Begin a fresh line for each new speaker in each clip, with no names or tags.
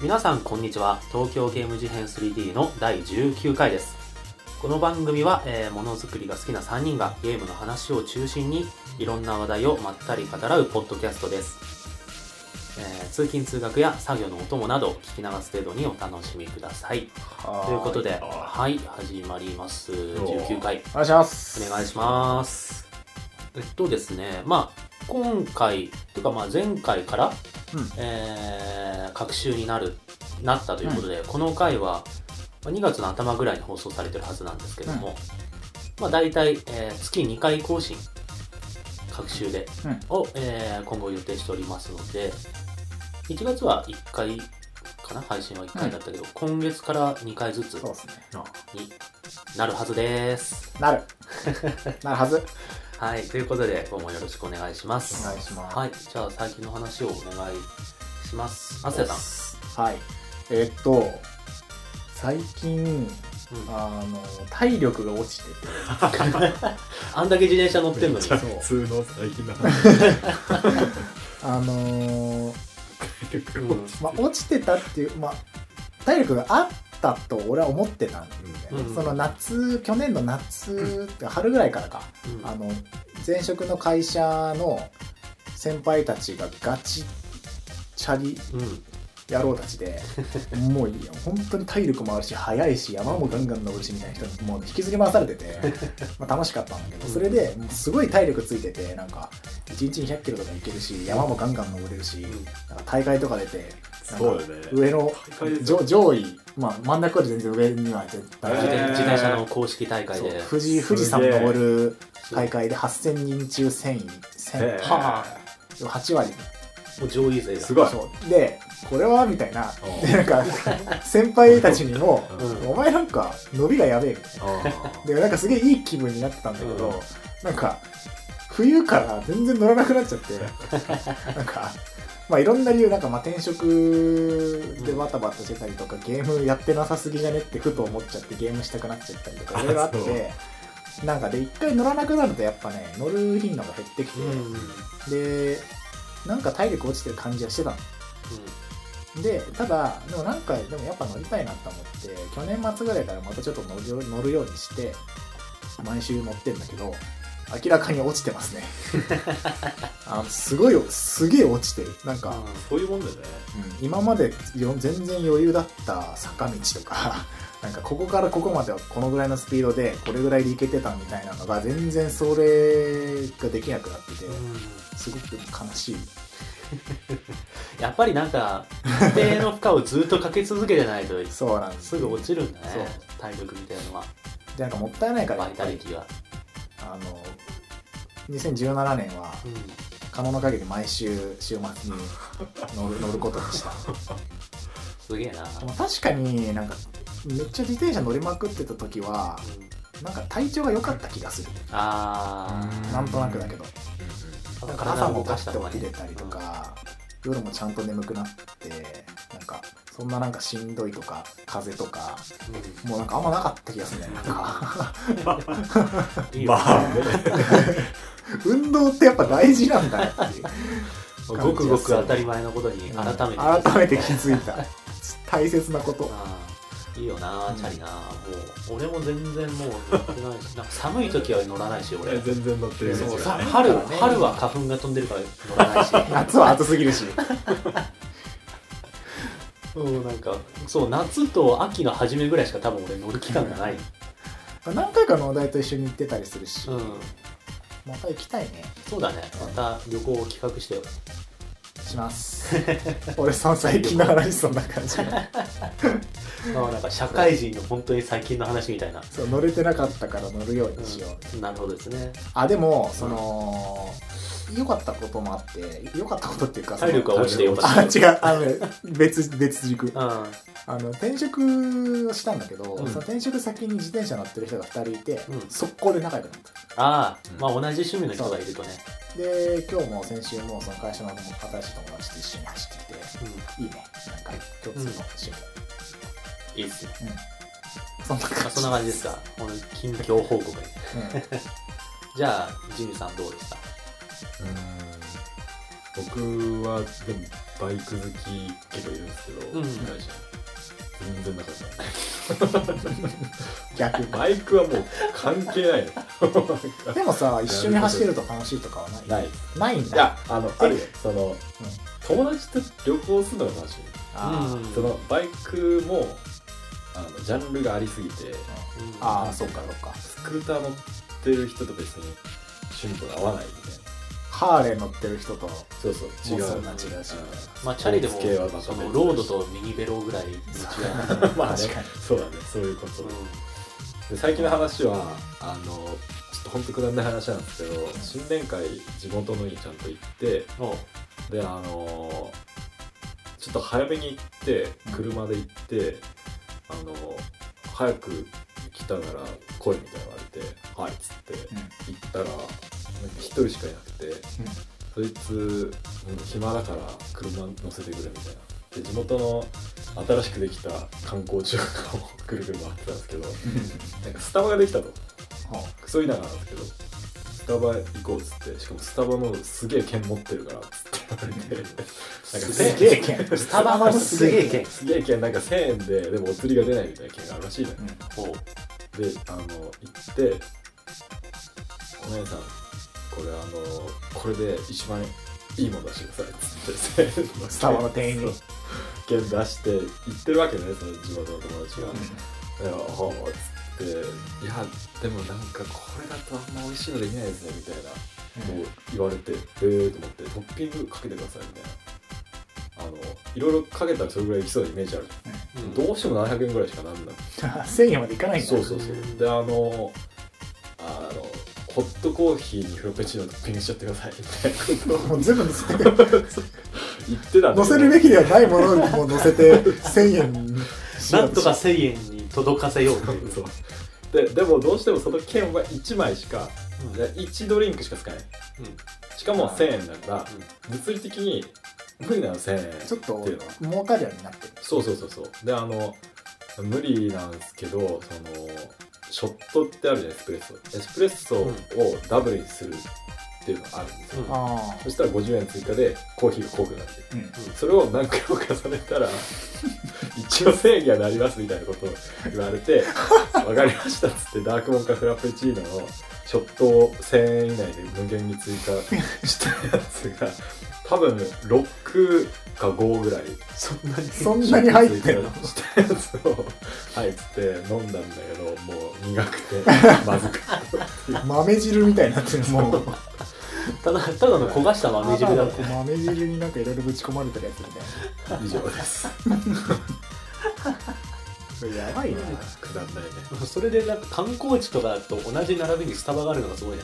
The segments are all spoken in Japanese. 皆さんこんにちは東京ゲーム事変 3D の第19回ですこの番組は、えーものづくりが好きな3人がゲームの話を中心にいろんな話題をまったり語らうポッドキャストです、えー通勤通学や作業のお供など聞き流す程度にお楽しみくださいということではい始まります19回
お願いします
お願いしますえっとですねまあ今回というかまあ前回から、
うん
えー、各週になるなったということで、この回はまあ2月の頭ぐらいに放送されてるはずなんですけども、まあ大体、えー月2回更新各週で、
うん
を、えー今後予定しておりますので1月は1回かな配信は1回だったけど、今月から2回ずつ
そうですね
になるはずです。
なるなるはず
はい、ということで、今後もよろしくお願いしま
お
す。
願いします
はい、じゃあ最近の話をお願いします。あせさん。
はいえーっと最近
うん
あの体力が落ちてて
あんだけ自転車乗ってんのに。
ゃ
う
普
通の最近の
あのー
ん
話。
まあ、落ちてたっていう、まあ、体力があったと俺は思ってたんで、
うん
その夏去年の夏って春ぐらいからか、
うん
あの前職の会社の先輩たちがガチチャリ
うん
野郎たち でもういいよ本当に体力もあるし速いし山もガンガン登るしみたいな人にもう引きずり回されて て、まあ、楽しかったんだけどそれでもうすごい体力ついててなんか1日に1 0 0キロとかいけるし山もガンガン登れるしなんか大会とか出てなんか
そうだよね
上の
大会ですよ
上上位、まあ、真ん中より全然上には絶対
自転
へー
自転車の公式大会
そう
で。
富士
すげ
富
え
士山登る大会で8000人中1000位
へ
1000
え
は
8割
もう上位勢だ
す。ごい。
そうでこれはみたいな
うん
でなんか先輩たちにも
う
うん
「
ん
お前なんか伸びがやべえ」みたいなでなんかすげえいい気分になってたんだけど、
うん
なんか冬から全然乗らなくなっちゃって なんかまあいろんな理由なんかまあ転職でバタバタしてたりとか、ゲームやってなさすぎじゃねってふと思っちゃってゲームしたくなっちゃったりとか
あ
いろいろあってなんかで一回乗らなくなるとやっぱね乗る頻度が減ってきて、
うん。うん
でなんか体力落ちてる感じはしてたのでただでもなんかでもやっぱ乗りたいなと思って去年末ぐらいからまたちょっと乗るよ乗るようにして毎週乗ってんだけど明らかに落ちてます ねあのすごいすげえ落ちてるなんか、
そういうもんだよね。
うん今までよ全然余裕だった坂道とか なんかここからここまではこのぐらいのスピードでこれぐらいでいけてたみたいなのが全然それができなくなってて
うん
すごく悲しい
やっぱりなんか、一定の負荷をずっとかけ続けてないと、
そうなんです
すぐ落ちるんだ
そう
ね。体力みたいなのは、
でなんかもったいないか
バ
らや
イ
っ
タ
ぱ
リ
り
ティが。
あの2017年は
うん
可能な限り毎週週末 に乗る乗ることにした
すげえな。
でも確かになんかめっちゃ自転車乗りまくってた時は
うん
なんか体調が良かった気がする
あー。
なんとなくだけど
だ
なん
か
から朝
朝も
も起
出
き
してた
起
方が
き
ね
れたりとか夜もちゃんと眠くなってなんかそんななんかしんどいとか風邪とか
う
もうなんかあんまなかった気がするねなん か
んいいよ
まあね、
運動ってやっぱ大事なんだよっていう
ごくごく当たり前のことに改めて、あ
改めて気づいた大切なこと
あいいよなチャリな、もう俺も全然もう乗ってないしなんか寒い時は乗らないし俺
全然乗ってる。
そうさ
さ
春春は花粉が飛んでるから乗らないし
夏は暑すぎるし
うんなんかそう 夏と秋の初めぐらいしか多分俺乗る期間がない、
何回か農大と一緒に行ってたりするし、
うん、
また行きたいね
そうだねまた旅行を企画してよ
します 俺その最近の話そんな感じ
あなんか社会人の本当に最近の話みたいな、
そう乗れてなかったから乗るようにしよう、
うん、なるほどですね
あでもその良かったこともあって良かったことっていうかその
体力が落ちてよか
あ
った
違うあのね別別軸
うん
あの転職をしたんだけど、
うん
その転職先に自転車乗ってる人が2人いて、
うん
速攻で仲良くなった
ああ、
うん
まあ同じ趣味の人がいるとね、
で今日も先週もその会社の新しい友達と一緒に走ってきていいねなんか共通の趣味、
うん、いいっすね、
そんな
まあ、
感じ
そんな感じですかこの近況報告でじゃあジミーさんどうでした
僕は、でも、バイク好き結構いるんですけ
う
ど、
ん
会社全然なかった
逆に
バイクはもう関係ないの
でもさ一緒に走れると楽しいとかはない
ないい
ないんだ
やあの
あるよ
その、友達と旅行するのが楽しい
あー、
うん
そのバイクもあのジャンルがありすぎて
あーそうかそうか
スクーター乗ってる人と別に趣味と合わないみたいな
ハーレー乗ってる人と
そうそう違う
もうそんな違うし
まあチャリで
スポーツ系はま
も
た
そのロードとミニベロぐらい違う、
うんまあ、ね、
確かに
そうだねそういうこと、
うん
で最近の話はあのちょっと本当くだらない話なんですけど新年会地元のにちゃんと行って
おう
であのちょっと早めに行って車で行ってあの早く来たなら来いみたいなの言われて「はい」っつって行ったらなんか一人しかいなくて、そいつうん暇だから車乗せてくれみたいな。で地元の新しくできた観光中華をぐるぐる回ってたんですけどなんかスタバができたと
ほう
クソ田舎なんですけどスタバ行こうっつってしかもスタバのすげえ券持ってるからっつって言われてなんか
すげえ券スタバのすげえ券
すげえ券なんか1000円ででもお釣りが出ないみたいな券があるらしいのよ
おう
であの行って「お姉さんこれあのこれで一番いいもの出してください」っつって1000円の
スタバの店員に
券出して行ってるわけねその地元の友達が。いやほうっつって「いやでもなんかこれだとあんま美味しいのできないですね」みたいなこう言われて「へえ」と思って「トッピングかけてください」みたいなあのいろいろかけたらそれぐらいいきそうなイメージある、
うん
どうしても700円ぐらいしかなんなく
1000円までいかない
て
んだ
そうそうそうであのあのホットコーヒーにフロペチーノトッピングしちゃってくだ さいみたいなこ
もう全部乗せて
とを言ってたんだけど
乗せるべきではないものをもう乗せて1000円にしよ
な
うん
とか1000円に届かせようという
そうででもどうしてもその券は1枚しか
うん
1ドリンクしか使えないしかも1000円だから物理的に無理なの1000円
ちょっと
っていうのは
儲かるようになってる
そうそうそうそうであの無理なんですけどそのショットってあるじゃないエスプレッソエスプレッソをダブルにするっていうのがあるんですよ、
うん
あ
そしたら50円追加でコーヒーが濃くなって
あうん
それを何回も重ね たら一応正義はなりますみたいなことを言われて「わかりました」っつってダークモンカフラペチーノのショットを1000円以内で無限に追加したやつが多分6か5ぐらい
そんなに
そんなに入ってんの
したやつを入って飲んだんだけどもう苦くてまずくて
豆汁みたいになってるもう
ただただの焦がした豆汁だっ
こう豆汁になんかいろいろぶち込まれてるやつみたいな
以上です
それ やばいな
くだんないね
た それでなんか観光地とかと同じ並びにスタバがあるのがすごいね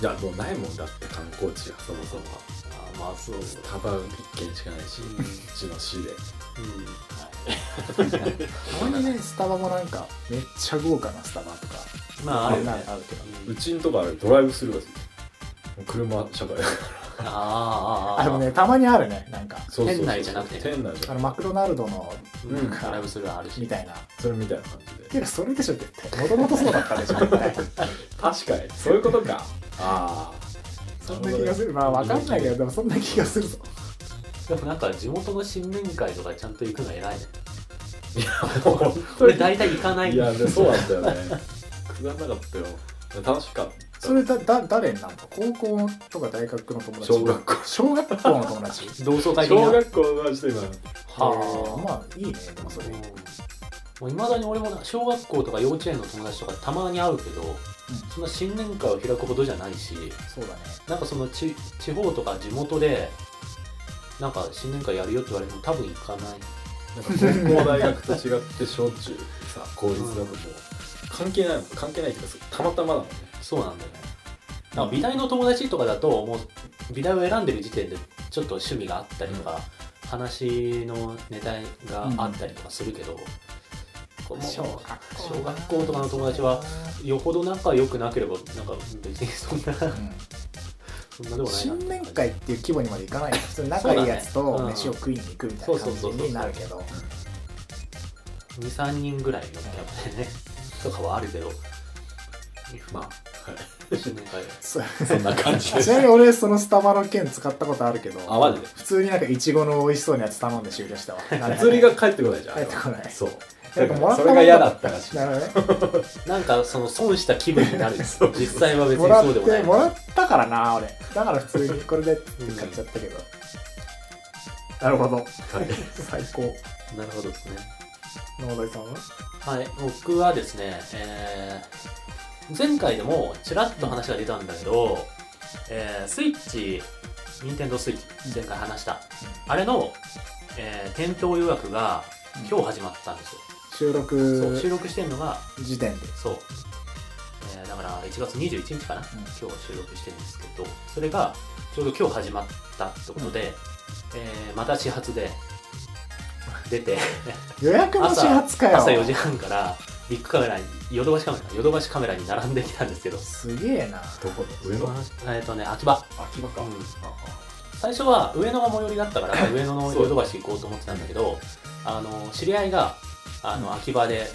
いやもうないもんだって観光地がそもそも
ああまあそう
スタバ一軒しかないし
うん
うちの市で
うん
たまにねスタバもなんかめっちゃ豪華なスタバとか
まああるよ
な
ね
んかあるけど
う
うんちんとこあれドライブスルーがついてる車社 会だから
ああああ
あでもねたまにあるねなんか
そうそうそう
店内じゃなくて
店内じ
あ
ゃ
のマクドナルドの
う
うん
んドライブスルーあるし
みたいな
それみたいな感じで
てかそれでしょ絶対もともとそうだったでしょ絶対
確かにそういうことかああ
そんな気がするまあわかんないけどでもそんな気がするぞ
でもなんか地元の新年会とかちゃんと行くの偉いね
本当
俺
に
大体行かない
いやでそうなんだよ ねくだらなかったよ楽しかった
それだだ誰になるの高校とか大学の友達
小学校
小学校の友達
同窓会的な
小学校の話で今
はあ
えーまあいいねでもそれ
うんもういまだに俺もな小学校とか幼稚園の友達とかたまに会うけど、そんな新年会を開くほどじゃないし
そうだね
なんかそのち地方とか地元でなんか新年会やるよって言われても多分行かない
なんか高校大学と違って小中さ公立だともう関係ないもん関係ないけどたまたまだもんね
そうなんだよねなんか美大の友達とかだともう美大を選んでる時点でちょっと趣味があったりとか、話のネタがあったりとかするけど、こうもう
小学校
小学校とかの友達はよほど仲良くなければなんか別にそんな
うん
そんなでもないな
新年会っていう規模にまでいかないよ普通に仲いいやつ
そうだ
と
ねうん
飯を食いに行くみたいな感じになるけど
23人ぐらいのキャプテンねとかはあるけど
まあはい
新年会で
そう
そんな感じで
ち
す
なみに俺そのスタバの券使ったことあるけど
あマジで
普通になんかイチゴの美味しそうなやつ頼んで終了したわ
釣りが帰ってこないじゃん
帰ってこない
そう
な
だ
んか
か
もら
ら
った
それが嫌だったらしい
なるほど
なんかその損した気分になる
そう
実際は
ね
別
も
に
ら
そうでもな
って
い
もらったからな俺だから普通にこれでって買っちゃったけど、なるほど
はい
最高
なるほどですね
野田さんは
はい僕はですね、えー前回でもちらっと話が出たんだけど、えースイッチ任天堂スイッチ前回話した、あれの、えー店頭予約が今日始まったんですよ、
収
そう収
録
録してるのが
時点で
そう、えーだから1月21日かな、
ん
今日収録してるんですけどそれがちょうど今日始まったってことで、えーまた始発で出て
予約の始発かよ
朝4時半からビッグカメラにヨドバシカメラヨドバシカメラに並んできたんですけど
すげえな
どこの上の
えっとね秋葉
秋葉
うん
あ
最初は上野が最寄りだったから 上野の
そう
ヨドバシ行こうと思ってたんだけどあの知り合いがあの秋葉で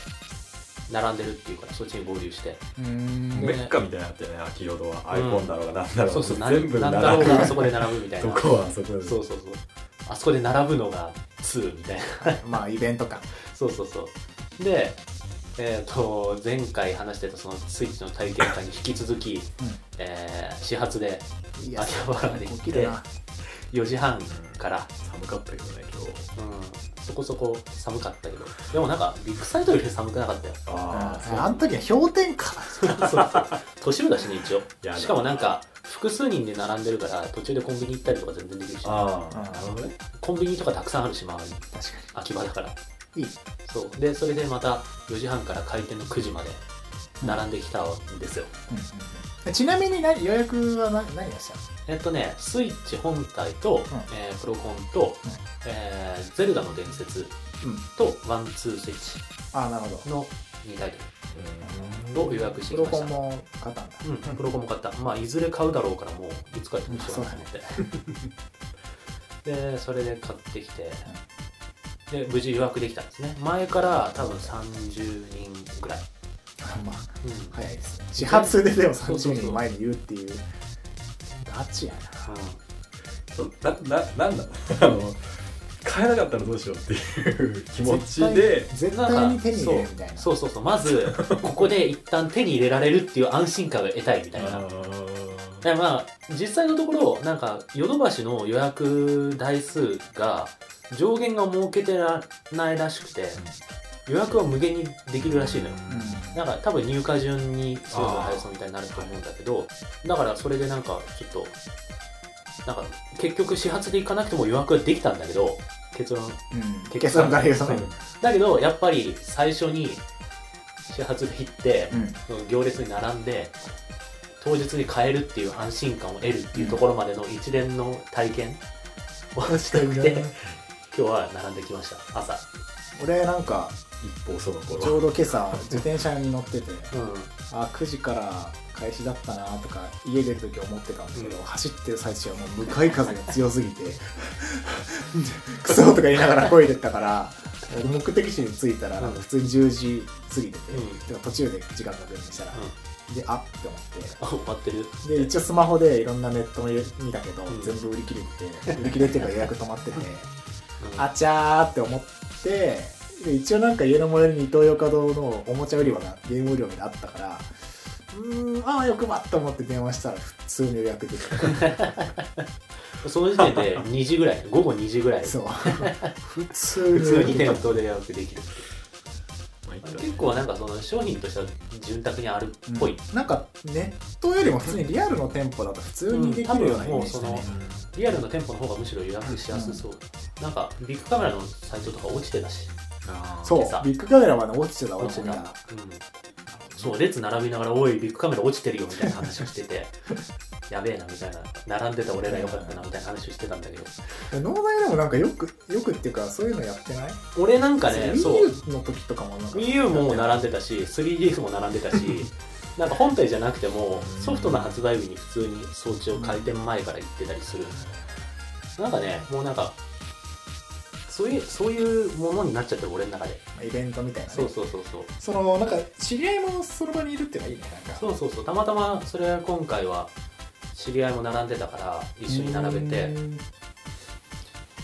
並んでるっていうからそっちに合流して
うー
あ
ん
メッカみたいになってね秋葉は
うん
iPhone だろうがなんだろう
そう
が
そうな
全部
なんだろ
並
う
ぶ
があそこで並ぶみたい
そ
な
こはそこで
そうそうそうあそこで並ぶのが2みたいな
まあイベント感
そうそうそうでえっ、と前回話してたそのスイッチの体験会に引き続き、えー始発で
いや
秋葉原まで行っ
起きる
て
な
4時半から、
寒かったけどね今日
うん、そこそこ寒かったけどでもなんかビッグサイトより寒くなかったよ
あ
うんあの時は氷点下だ
そうそう都市部だしね一応
やだ
しかもなんか複数人で並んでるから途中でコンビニ行ったりとか全然できるし
あ
うん
あなるほどね
コンビニとかたくさんあるし周りに
確か
秋葉だから
にいい
そうでそれでまた4時半から開店の9時まで並んできたんですよ、
ちなみに何予約は何何をしたの
えっとねスイッチ本体と、えープロコンと、
うん
えーゼルダの伝説
うん
とワンツースイッ
ああなるほど
チの2タイトルを予約して
プ
き
ロ
ました
コンも買ったんだ
うん、プロコンも買った、まあ、いずれ買うだろうからもういつ買っても一緒だなと思って、でそれで買ってきてで無事予約できたんですね前から多分30人ぐらい、
まあ
うん
早いですね始発ででも
そうそうそう
30人前に言うっていうガチやな
そうなななんだ ろうあの買えなかったらどうしようっていう気持ちで
絶
なん
対
か
に手に入れるみたいな
そうそうそうそうまずここで一旦手に入れられるっていう安心感が得たいみたいな
あ
でまあ実際のところなんかヨドバシの予約台数が上限が設けてらないらしくて予約は無限にできるらしいのよ
うん
なんか多分入荷順にそれぞれ配送みたいになると思うんだけど、だからそれでなんかちょっとなんか結局始発で行かなくても予約はできたんだけど結論
うん結論から言うとね
そう だけどやっぱり最初に始発で行って
う、ん
行列に並んで当日に買えるっていう安心感を得るっていうところまでの一連の体験をしたくて、
確かに
今
ね
日は並んできました朝
俺なんか
一方その
ちょ
頃
うど今朝自転車に乗ってて
うん
あ9時から開始だったなとか家出る時思ってたんですけど、
うん
走ってる最中はもう向かい風が強すぎて クソとか言いながら漕いでったから目的地に着いたらなんか普通に10時過ぎてて、
うん
でも途中で時間確認したら、であっって思っ
あ終わってる
てで一応スマホでいろんなネットも見たけど、
うん
全部売り切れてて売り切れてるから予約止まってて
うん
あちゃーって思ってで一応なんか家の周りにイトーヨーカドーのおもちゃ売り場がゲーム売り場であったからうーんああよくばと思って電話したら普通に予約できた
その時点 で2時ぐらい、午後2時ぐらい、
そ
普
う普通
通
に
に
売れ
店
た
頭で予約できる。
まあいいか
結構なんかその商品としては潤沢にあるっぽい。
うんなんかネットよりも普通にリアルの店舗だと普通にできるようなイメージだ
うん多分もう
ね
そ、リアルの店舗の方がむしろ予約しやすそう。なんかビッグカメラのサイトとか落ちてたし、
あー
そう
今朝
ビッグカメラはね落ちてた
落
落
ち
ち
て
て
た。う
た
ん、そう、列並びながら、おい、ビッグカメラ落ちてるよみたいな話をしてて、 やべえなみたいな、並んでた俺らよかったなみたいな話をしてたんだけど、
農大でもなんかよくよくっていうかそういうのやってない
俺なんかね、そう。
Wii U の時とかもなんか
Wii U も並んでたし 3DS も並んでたしなんか本体じゃなくてもソフトの発売日に普通に装置を開店前から行ってたりするなんかねもうなんかそういうそういうものになっちゃってる俺の中で
まあイベントみたいなね
そうそうそうそう
そのなんか知り合いもその場にいるっていうのはいいねなんか
そうそうそうたまたまそれは今回は知り合いも並んでたから一緒に並べて
うん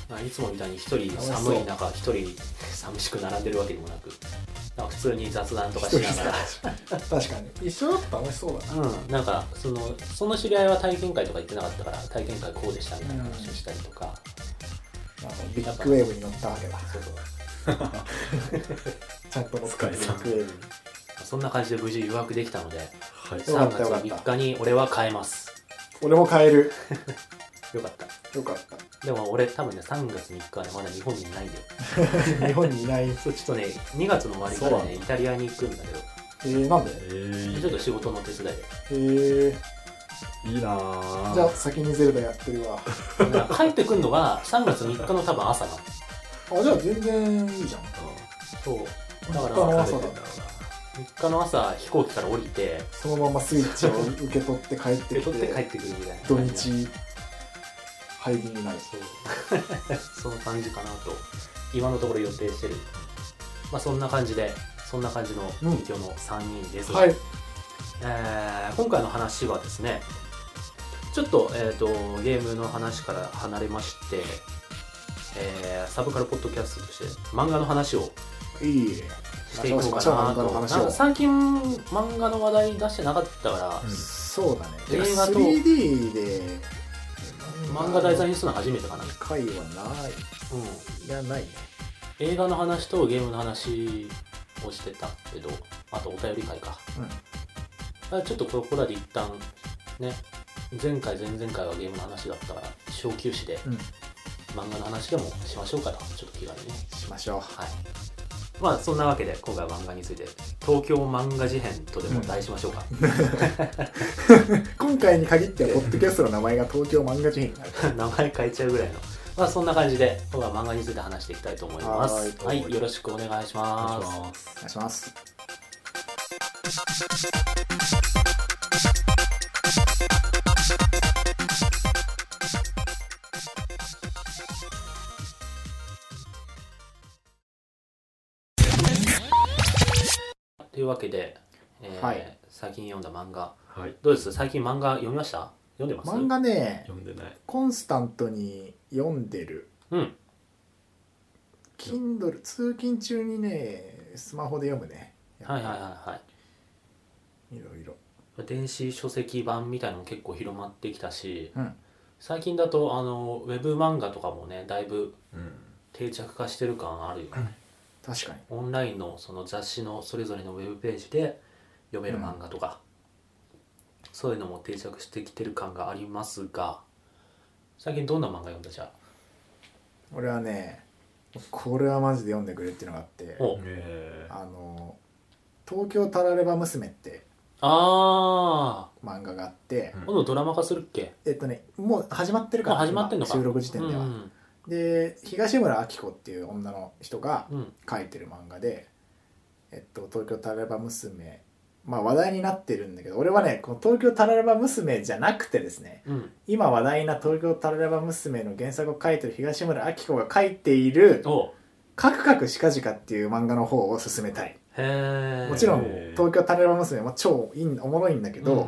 まあいつもみたいに一人寒い中一人寂しく並んでるわけでもなくなんか普通に雑談とかしながら
確かに一緒だったら楽しそうだな
うん、なんかそのその知り合いは体験会とか行ってなかったから体験会こうでしたみたいな話をしたりとか、
あのビッグウェーブに乗ったわけだ
そうそう
ちゃんと乗った
お疲れ様
ビッグウェーブに
そんな感じで無事予約できたので
はい
よか
3
った
月
よかった
3日に俺は買えます
俺も買える
よかった
よかっ
でも俺多分ね3月3日はねまだ日本にいないんだよ
た日本にいない、え
そうちょっとね2月の終わりから
そうな
ねイタリアに行くんだけ
ー、なんで
え
どちょっ
ー
と仕事の手伝いで
えー、
いいなー
じゃあ先にゼルダやってるわ
だから帰ってくるのが3月3日の多分朝なの
あじゃあ全然いいじゃん
そうだ
他
か
の
ら
朝だ
3日の朝飛行機から降りて
そのままスイッチを受け取って帰っ
受
て
け
き
取って帰
て
ってくるみたいな
土
感じ
日入りになる
そう その感じかなと今のところ予定してるまあそんな感じでそんな感じの
うん
今日の3人です、
はい
えー今回の話はですねちょっと,、えー、とゲームの話から離れまして、えーサブカルポッドキャストとして漫画の話を
いい
していこうかな
しましょう漫画の
と
話
なん
を
か最近漫画の話題出してなかったから、
そうだね
映画と
てか 3D で
漫画題材にするのは初めてかな、
回はないいやないね
映画の話とゲームの話をしてたけどあとお便り会か
う
あちょっとここらで一旦ね前回前々回はゲームの話だったから小休止で
んうん
漫画の話でもしましょうかなちょっと気軽にね
しましょう
はいまあそんなわけで今回は漫画について東京漫画事変とでも題しましょうか、
今回に限ってはポッドキャストの名前が東京漫画事変になる
名前変えちゃうぐらいのまあそんな感じで今回は漫画について話していきたいと思いますは、
はいい
よろしくお願いしま
お
す
願いします
お願いします
というわけで、えー
はい
最近読んだ漫画
はい
どうです最近漫画読みました読んでます
漫画ね
読んでない
コンスタントに読んでる
うん
Kindle 通勤中にねスマホで読むね
はいはいはいはい
いろいろ
電子書籍版みたいのも結構広まってきたし
うん
最近だとあのウェブ漫画とかもねだいぶ
うん
定着化してる感あるよね、
確かに
オンラインのその雑誌のそれぞれのウェブページで読める漫画とか、そういうのも定着してきてる感がありますが最近どんな漫画読んだじゃ
俺はねこれはマジで読んでくれっていうのがあって
あお
えー
あの東京タラレバ娘って
あ
漫画があって、
ー今度ドラマ化するっけ
えっとねもう始まってるか
もう
ら
始まってんのか
今収録時点では、
うん
で東村明子っていう女の人が
うんうん
書いてる漫画で「えっと、東京タラレバ娘」まあ話題になってるんだけど俺はねこの東京タラレバ娘じゃなくてですね
うん
今話題な東京タラレバ娘の原作を書いてる東村明子が書いている
お
「カクカクしかじか」っていう漫画の方を進めたい
へえ
もちろん
へー
東京タラレバ娘も超いいおもろいんだけど、
うん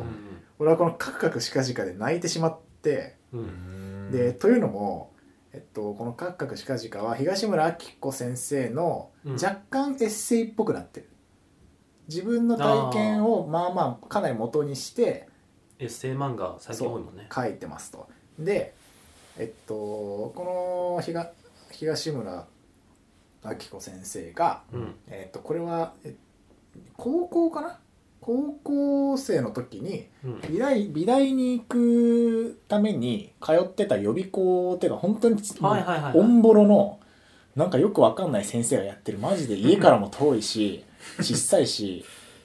俺はこの「カクカクしかじか」で泣いてしまって
うんうん
う
うん
ん
でというのも、えっと、この「カクカクしかじか」は東村明子先生の
うん
若干エッセイっぽくなってる自分の体験をまあまあかなり元にして
エッセイ漫画最近多いもんね
書いてますとでえっとこの東東村明子先生が、
うん
えっと、これはえ高校かな高校生の時に
うん
美大美大に行くために通ってた予備校っていうか本当に
はいはいはい
オンボロのなんかよくわかんない先生がやってるマジで家からも遠いし小さいし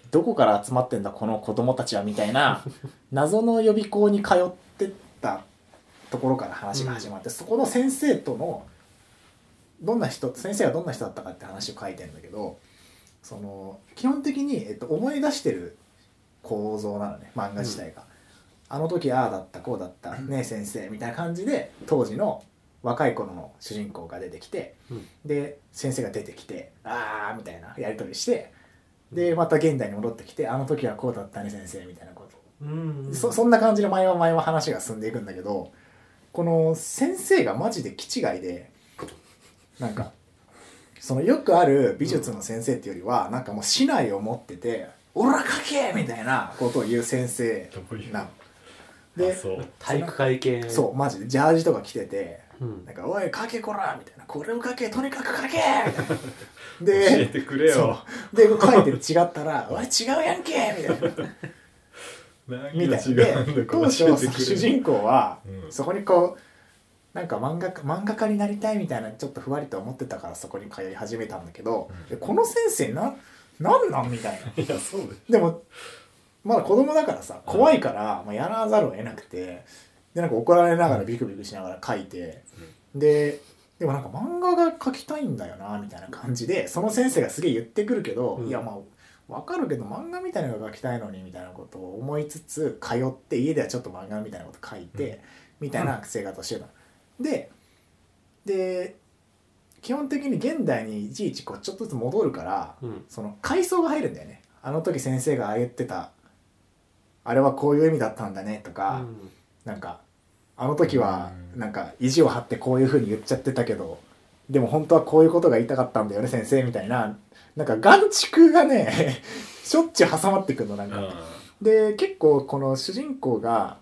どこから集まってんだこの子供たちはみたいな謎の予備校に通ってったところから話が始まって、そこの先生とのどんな人先生がどんな人だったかって話を書いてんだけどその基本的に、えっと、思い出してる構造なのね漫画自体が。あの時ああだったこうだったねえ先生みたいな感じで当時の若い頃の主人公が出てきて、
うん
で先生が出てきて「あー」みたいなやり取りしてでまた現代に戻ってきて「あの時はこうだったね先生」みたいなこと
うんうん
そそんな感じで前は前は話が進んでいくんだけどこの先生がマジで気違いでなんかそのよくある美術の先生っていうよりは、なんかもう竹刀を持ってて「オラ書け!」みたいなことを言う先生
どういう
なの。
で
で
そう
体育会系
そうマジでジャージとか着てて
う
「
ん
なんかおい書けこら!」みたいな「これを書けとにかく書け!」みたいな
教え
で
てくれよ
そうで書いてる違ったら「おい違うやんけ!」みたいな。
何
み
が
た
違
いうで
んだこ
当
れ
初
教えてくれ
主人公は
うん
そこにこうなんか漫画家漫画家になりたいみたいなちょっとふわりと思ってたからそこに通い始めたんだけど、
う
で
ん
この先生ななんなんみたいない
やそうだよ
でもまだ子供だからさ怖いから、まあ、やらざるを得なくてでなんか怒られながらビクビクしながら書いてででもなんか漫画が描きたいんだよなみたいな感じでその先生がすげえ言ってくるけど、
うん
いやまあわかるけど漫画みたいなのが描きたいのにみたいなことを思いつつ通って家ではちょっと漫画みたいなこと書いて、
う
みたいな生活をしてたの。でで基本的に現代にいちいちこうちょっとずつ戻るから、
うん
その階層が入るんだよねあの時先生が言ってたあれはこういう意味だったんだねとか、
うん
なんかあの時は
うん
なんか意地を張ってこういうふうに言っちゃってたけどでも本当はこういうことが言いたかったんだよね先生みたいななんか眼蓄がね しょっちゅう挟まってくるのなんか、で結構この主人公が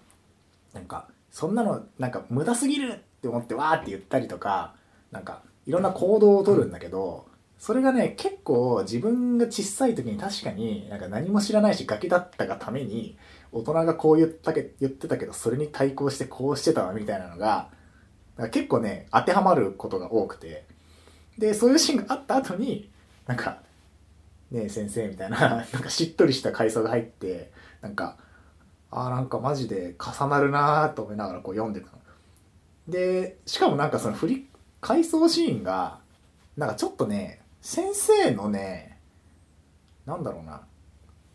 なんかそんなのなんか無駄すぎるって思ってわーって言ったりとかなんかいろんな行動を取るんだけど、それがね結構自分が小さい時に確かになんか何も知らないしガキだったがために大人がこう言ったけ言ってたけどそれに対抗してこうしてたわみたいなのがなんか結構ね当てはまることが多くてでそういうシーンがあった後になんか「ねえ先生」みたいな なんかしっとりした階層が入ってなんかあーなんかマジで重なるなーと思いながらこう読んでたの。でしかもなんかその振り回想シーンがなんかちょっとね先生のねなんだろうな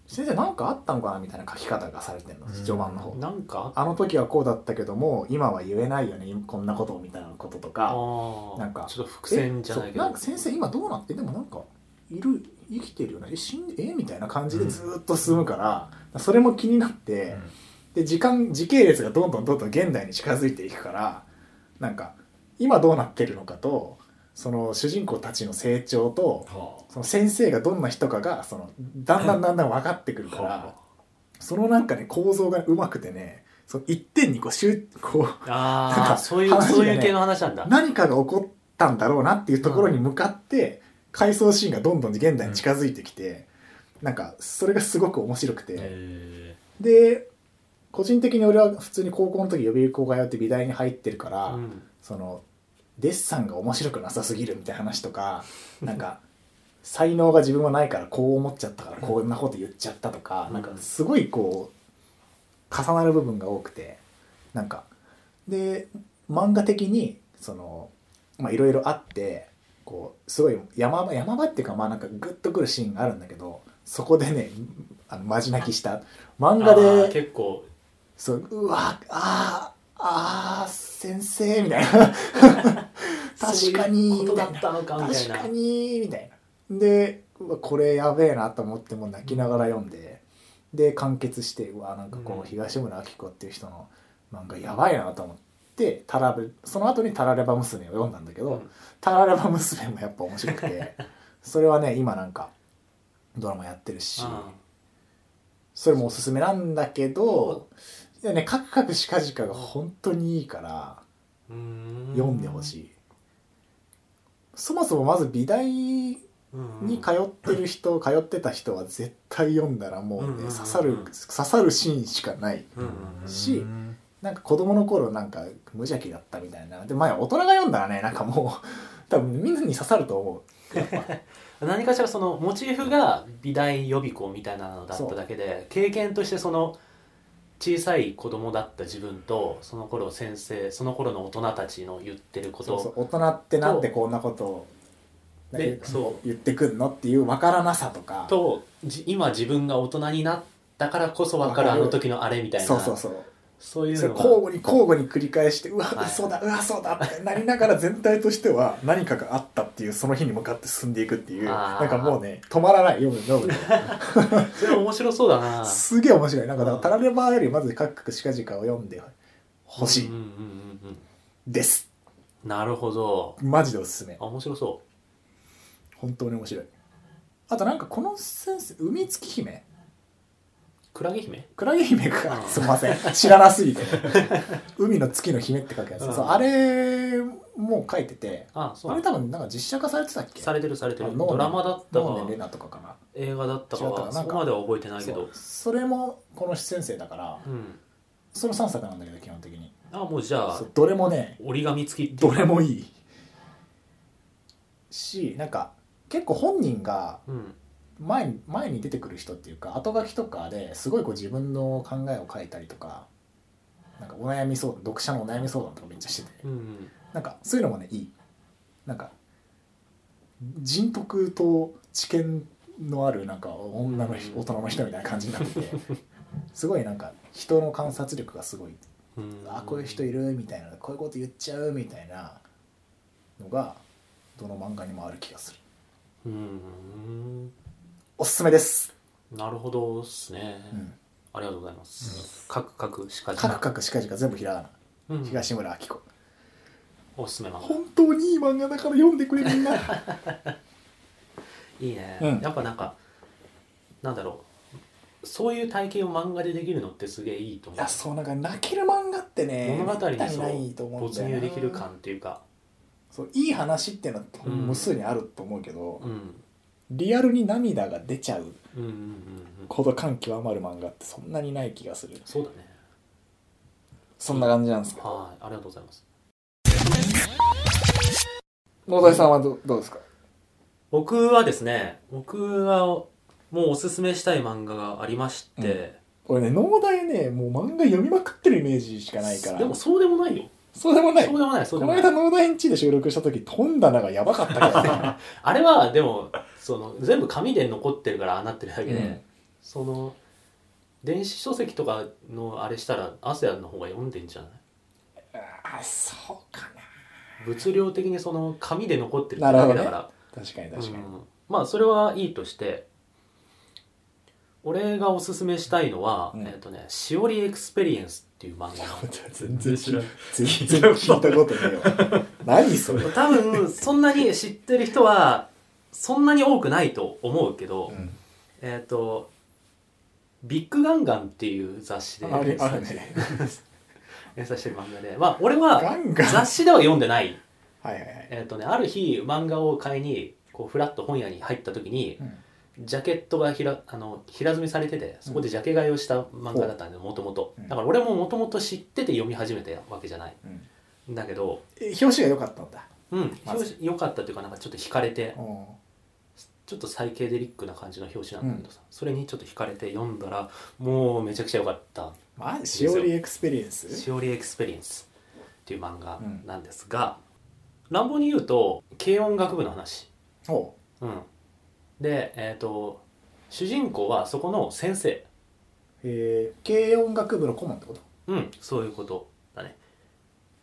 先生なんかあったのかなみたいな書き方がされてるの
うん
序盤の方、
なんか
あの時はこうだったけども今は言えないよねこんなことみたいなことと
あ
か
ー
なんか
ちょっと伏線じゃないけ
えそう
ど
んか先生今どうなってでもなんかいる生きてるよねえ死んでえみたいな感じでずーっと進むから、それも気になって、で時間時系列がどんどんどんどん現代に近づいていくからなんか今どうなってるのかとその主人公たちの成長と
は
その先生がどんな人かがそのだんだんだんだん分かってくる
あ
からそのなんかね構造がうまくてねその一点にこう集こなん
ああ
か
そうい
話
う
がね
そういう系の話なんだ
う何かが起こったんだろうなっていうところに向かって回想シーンがどんどん現代に近づいてきてなんかそれがすごく面白くて。
え
で個人的に俺は普通に高校の時予備校がやって美大に入ってるから、
うん
そのデッサンが面白くなさすぎるみたいな話とか なんか才能が自分はないからこう思っちゃったからこんなこと言っちゃったとか、
うん
なんかすごいこう重なる部分が多くてなんかで漫画的にそのまあいろいろあってこうすごい山場山場っていうかまあなんかグッとくるシーンがあるんだけどそこでねあのマジ泣きした漫画
あー
で
結構
そううわあーあー先生みたいな確か
そうい
に
うこと
み
だ
たい
っ
な
たのかみたい
確
な
かにみたいなでうわこれやべえなと思ってもう泣きながら読んでで完結してうわなんかこ
うん
う東村明子っていう人の漫画やばいなと思ってタラベその後に「タラレバ娘」を読んだんだけ
う
ど
ん
「タラレバ娘」もやっぱ面白く てそれはね今なんかドラマやってるし
あ
それもおすすめなんだけどいやねカクカクシカジカが本当にいいから
ーうー
読んでほしいそもそもまず美大
うん
に通ってる人、通ってた人は絶対読んだらもうね、
うんうんうんうん
刺さる刺さるシーンしかない
うん
ー
し
うん
なんか子供の頃なんか無邪気だったみたいなで前大人が読んだらねなんかもう多分みんなに刺さると思うやっぱ
何かしらそのモチーフが美大予備校みたいなのだっただけで経験としてその小さい子供だった自分とその頃先生その頃の大人たちの言ってるこ
そうそ
と
う大人ってなんでこんなことを
でそう
言ってくんのっていうわからなさとか
とじ今自分が大人になったからこそ分かる
わ
あ
かる
の時のあれみたいな
そうそうそう
そういう
それ
の
交
が
互に交互に繰り返してうわ
はい
そうだうわそうだってなりながら全体として は何かがあったっていうその日に向かって進んでいくっていう
あー
なんかもうね止まらない読む読む
それ面白そうだな
すげえ面白いなんかだからタラレバーよりまずカックシカジカを読んでほし
う
い
んうんうんうん
です
うんなるほど
マジでおすすめ
あ面白そ
本当に面白いあとなんかこの先生海月姫
うクラゲ姫
クラゲ姫か
うん
すみません知らなすぎて海の月の姫って書くやつ、
うん
そうあれも書いてて
あそう
あれ多分なんか実写化されてたっけ
されてるされて
あ
る
の
ドラマだった
ノー
か
ネレナとかかな
映画だったか
違ったか
は
な
そこまでは覚えてないけ
そう
ど
それもこの先生だから
うん
その3作なんだけど基本的に
あもうじゃあ
そうどれもね
折り紙付きっていう
どれもいいしなんか結構本人が
うん
前に前に出てくる人っていうか後書きとかですごいこう自分の考えを書いたりとかなんかお悩み相談読者のお悩み相談とかめっちゃしてて
うんうん
なんかそういうのもねいいなんか人徳と知見のあるなんか女の人
うん
大人の人みたいな感じになってて すごいなんか人の観察力がすごい
うん
あこういう人いるみたいなこういうこと言っちゃうみたいなのがどの漫画にもある気がす
う
る
ん
おすすめです、
なるほどっすね、
うん、
ありがとうございます、かくかくしかじ
カクカクしかじか全部ひらがな
うん
東村明子
おすすめ漫画
本当にいい漫画だから読んでくれみ んな
いいね、
うん
やっぱなんかなんだろうそういう体験を漫画でできるのってすげえいいと
い
思
やそうなんか泣ける漫画ってね
物語に
めった
そう
ないと
う
思うんだ
没
よな
入できる感っていうか
そういい話っていうのは
うん
無数にあると思うけど、
うん
リアルに涙が出ちゃう
うんうんうんうん
ほど感極まる漫画ってそんなにない気がする
そうだね
そんな感じなんですけど
はいありがとうございます
野添さんはどどうですか
僕はですね僕はもうおすすめしたい漫画がありまして、
俺ね農大ねもう漫画読みまくってるイメージしかないから
でもそうでもないよ、
そうでもない
そうでもないそう
こ
で
の
もない
間農大ん家で収録した時本棚がやばかった か
あれはでもその全部紙で残ってるからああなってるだけで、
うん
その電子書籍とかのあれしたらアセアンの方が読んでんじゃない
らあそうか
物量的にその紙で残ってるってだけだ
なる
から、
ほな確かに確かに、
うんまあそれはいいとして俺がおすすめしたいのは「
うん
えっとね、しおりエクスペリエンス」っていう漫
全然知らない
全然聞いたことない わ何それ、
画多分そんなに知ってる人はそんなに多くないと思うけど、
うん
えっ、と「ビッグガンガン」っていう雑誌で
あれ
連
ある
載して
ね
連載してる漫画でまあ俺
ガ
は
ンガン
雑誌では読んでない
はいはいはい、
えっ、とねある日漫画を買いにこうフラッと本屋に入った時に
うん
ジャケットがひらあの平積みされててそこでジャケ買いをした漫画だったんでもともと
うん
だから俺ももともと知ってて読み始めたわけじゃない
うん
んだけど
え表紙が良かったんだ、
うん
まず
表紙良かったっていうかなんかちょっと惹かれて
うん
ちょっとサイケデリックな感じの表紙なんだけどさ、それにちょっと惹かれて読んだらもうめちゃくちゃ良かった
まあ、しおりエクスペリエ
「
ンス
しおりエクスペリエンス」っていう漫画なんですが、乱暴に言うと軽音楽部の話、
ほ
うん、でえっ、と主人公はそこの先生
うえー、軽音楽部の顧問ってこと
うんそういうことだね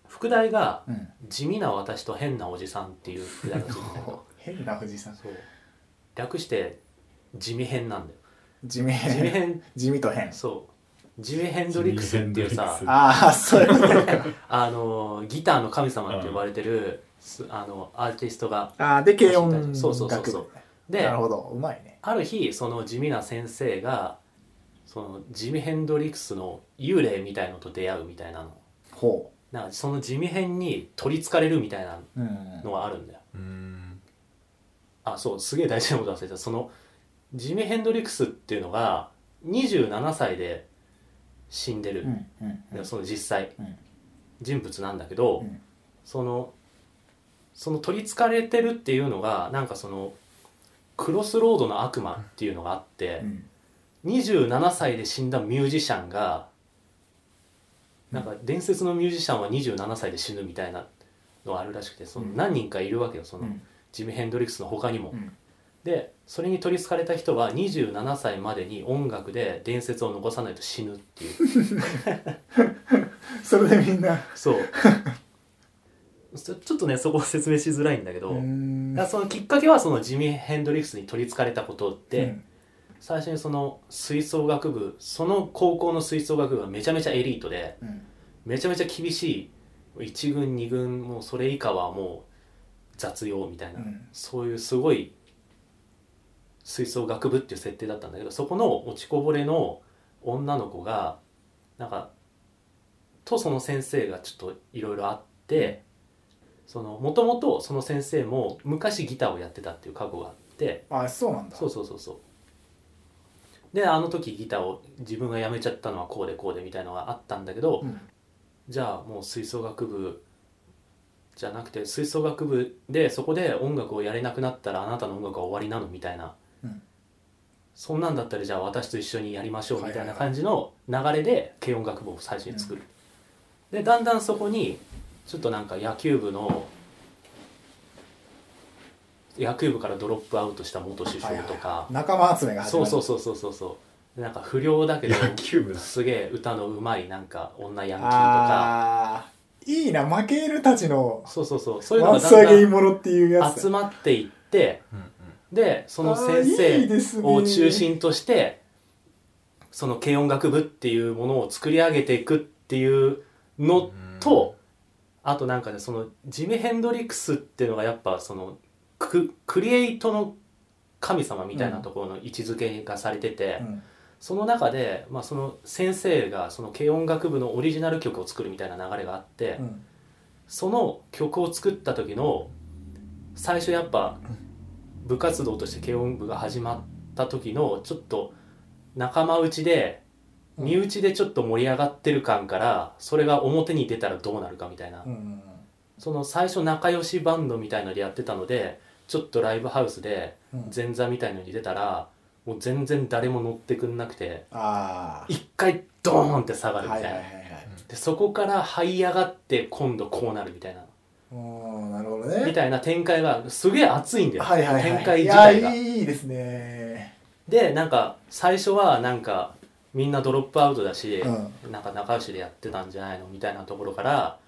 副題が
うん
「地味な私と変なおじさん」っていう副題がついてんだけど
変な藤井さん
そう略して「地味編」なんだよ
地味
地味
変
編
地味と変
そう地味ヘンドリックスっていうさ
地味ヘンドリックス
ああそういうこと か
あのギターの神様って呼ばれてる、すあのアーティストが
ああで軽音楽部
そうそうそうそうで
なるほどうまいね
ある日その地味な先生がそのジミ・ヘンドリックスの幽霊みたいのと出会うみたいなの
ほ
なんかその地味編に取りつかれるみたいな
う、うん
のがあるんだよ
うん
あそうすげえ大事なこと忘れてたそのジミ・ヘンドリックスっていうのが27歳で死んでる
う、んうんうん
その実際、
うん
人物なんだけど、
うん
そのその取りつかれてるっていうのがなんかそのクロスロードの悪魔っていうのがあって、
うん
27歳で死んだミュージシャンがなんか伝説のミュージシャンは27歳で死ぬみたいなのがあるらしくてその
うん
何人かいるわけよその
うん
ジミ・ヘンドリックスの他にも
うん
でそれに取りつかれた人は27歳までに音楽で伝説を残さないと死ぬっていう
それでみんな
そう そちょっとねそこは説明しづらいんだけど、
うーん
だからそのきっかけはそのジミー・ヘンドリックスに取りつかれたことで、最初にその吹奏楽部その高校の吹奏楽部がめちゃめちゃエリートで
うんうん
めちゃめちゃ厳しい1軍2軍もうそれ以下はもう雑用みたいな、
うん
そういうすごい吹奏楽部っていう設定だったんだけどそこの落ちこぼれの女の子がなんかとその先生がちょっといろいろあってもともとその先生も昔ギターをやってたっていう過去があって
あそうなんだ
そうそうそうそうであの時ギターを自分が辞めちゃったのはこうでこうでみたいなのがあったんだけど、
うん
じゃあもう吹奏楽部じゃなくて吹奏楽部でそこで音楽をやれなくなったらあなたの音楽は終わりなのみたいな、
うん
そんなんだったらじゃあ私と一緒にやりましょう
はい
み
はい
た
はい
いな感じの流れで軽音楽部を最初に作る、でだんだんそこにちょっとなんか野球部の野球部からドロップアウトした元首
はい
相
はい
とか、
はい仲間集めが始
そ
ま
う
る
そうそうそうそうそうなんか不良だけ ど
野球部だ
すげえ歌のうまいなんか女ヤンキーとか
あーいいな負け犬たちの
そうそうそうそういうのが
ワン
だ
ス上げイ
ん
モロっていう
だ
や
ん
つ
集まっていってでその先
あーいい
生
ですね
を中心としてその軽音楽部っていうものを作り上げていくっていうのとあとなんかねそのジミ・ヘンドリックスっていうのがやっぱそのククリエイトの神様みたいなところの位置づけがされてて、
うん
その中で、まあ、その先生がその軽音楽部のオリジナル曲を作るみたいな流れがあって。
うん
その曲を作った時の最初やっぱ部活動として軽音部が始まった時のちょっと仲間内で
うん
身内でちょっと盛り上がってる感からそれが表に出たらどうなるかみたいな
うんうん
その最初仲良しバンドみたいのでやってたのでちょっとライブハウスで
うんうん
前座みたいのに出たらもう全然誰も乗ってくんなくて
あ
一回ドーンって下
あ
が
はい
るみ
は
た
い
いな
は
い
はい
でそこから這い上がって今度こうなるみたいな
おーなるほど
み
ね
たいな展開がすげえ熱いんだよ、
はいはいはい
展開自体
い
が
やいいですね
でなんか最初はなんかみんなドロップアウトだし、
うん
なんか仲良しでやってたんじゃないのみたいなところから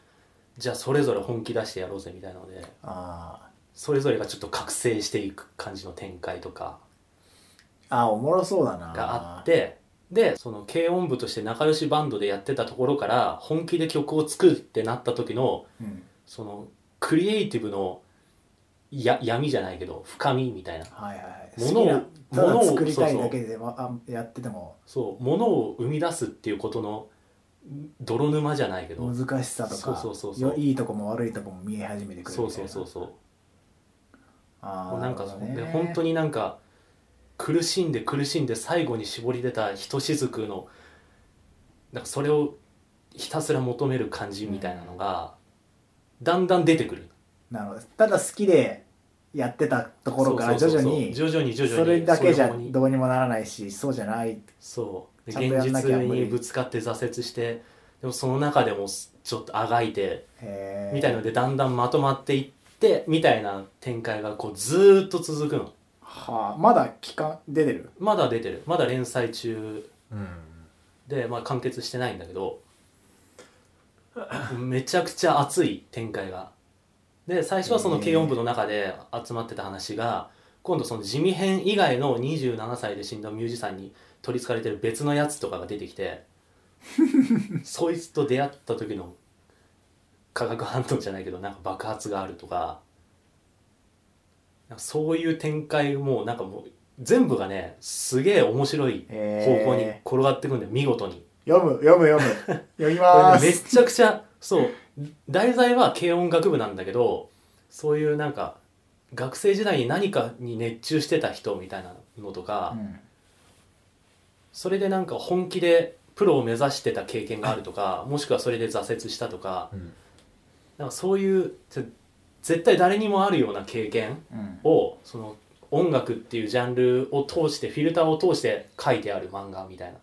じゃあそれぞれ本気出してやろうぜみたいなので
あ
それぞれがちょっと覚醒していく感じの展開とか
ーあーおもろそうだな
があってでその軽音部として仲良しバンドでやってたところから本気で曲を作るってなった時の
うん
そのクリエイティブのや闇じゃないけど深みみたいな
はいはいはい
物を
好きなた
物
だ
を
作りたい
そうそう
だけでまあやってても
そう物を生み出すっていうことの泥沼じゃないけど
難しさとか
そうそうそうそう
よいいとこも悪いとこも見え始めてくるみたい
そ
な
うそうそうそ
あ
う
ー
なんか
る
そ
ほ
う
どね
で本当になんか苦しんで苦しんで最後に絞り出たひとしずくのなんかそれをひたすら求める感じみたいなのが、だんだん出てくる
なるほどただ好きでやってたところから
そ
徐
うそう
々
そうそう徐々
に
に徐々に
それだけじゃ
そういう方向に
どうにもならないしそうじゃない
そう
ちゃんとや
現
んなき
実
ゃ無理
にぶつかって挫折してでもその中でもちょっとあがいて
へー
みたいのでだんだんまとまっていってみたいな展開がこうずーっと続くの
はあまだ期間出てる
まだ出てるまだ連載中で、まあ、完結してないんだけどめちゃくちゃ熱い展開がで最初はその軽音部の中で集まってた話が今度その地味編以外の27歳で死んだミュージシャンに取り憑かれてる別のやつとかが出てきてそいつと出会った時の化学反応じゃないけどなんか爆発があるとかなんかそういう展開もなんかもう全部がねすげえ面白い方向に
へ
転がってくんだよ見事に
ー読む読む読 む読みま
これ
ー
ねめ
す
ちゃくちゃそう題材は軽音楽部なんだけどそういうなんか学生時代に何かに熱中してた人みたいなのとか、
うん
それでなんか本気でプロを目指してた経験があるとかもしくはそれで挫折したとかなんかそういうぜ絶対誰にもあるような経験
うん
をその音楽っていうジャンルを通してフィルターを通して書いてある漫画みたいな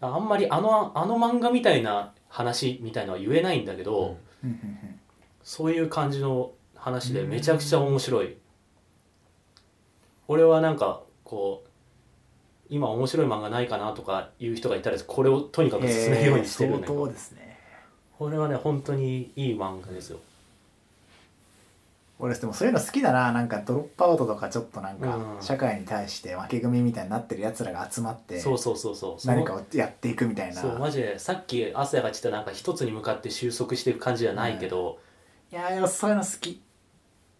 あんまりあのあの漫画みたいな話みたいのは言えないんだけど、
うんうんうん
そういう感じの話でめちゃくちゃ面白い俺はなんかこう今面白い漫画ないかなとかいう人がいたらこれをとにかく進めるようにしてるん
えー
だけ
相
ど
当ですね
これはね本当にいい漫画ですよ
俺でもそういうの好きだななんかドロップアウトとかちょっとなんか
うん
社会に対して負け組みたいになってるやつらが集まって
そうそうそうそうその
何かをやっていくみたいな
そうマジでさっき朝やが言ったなんか一つに向かって収束していく感じじゃないけど、
いやーでもそういうの好き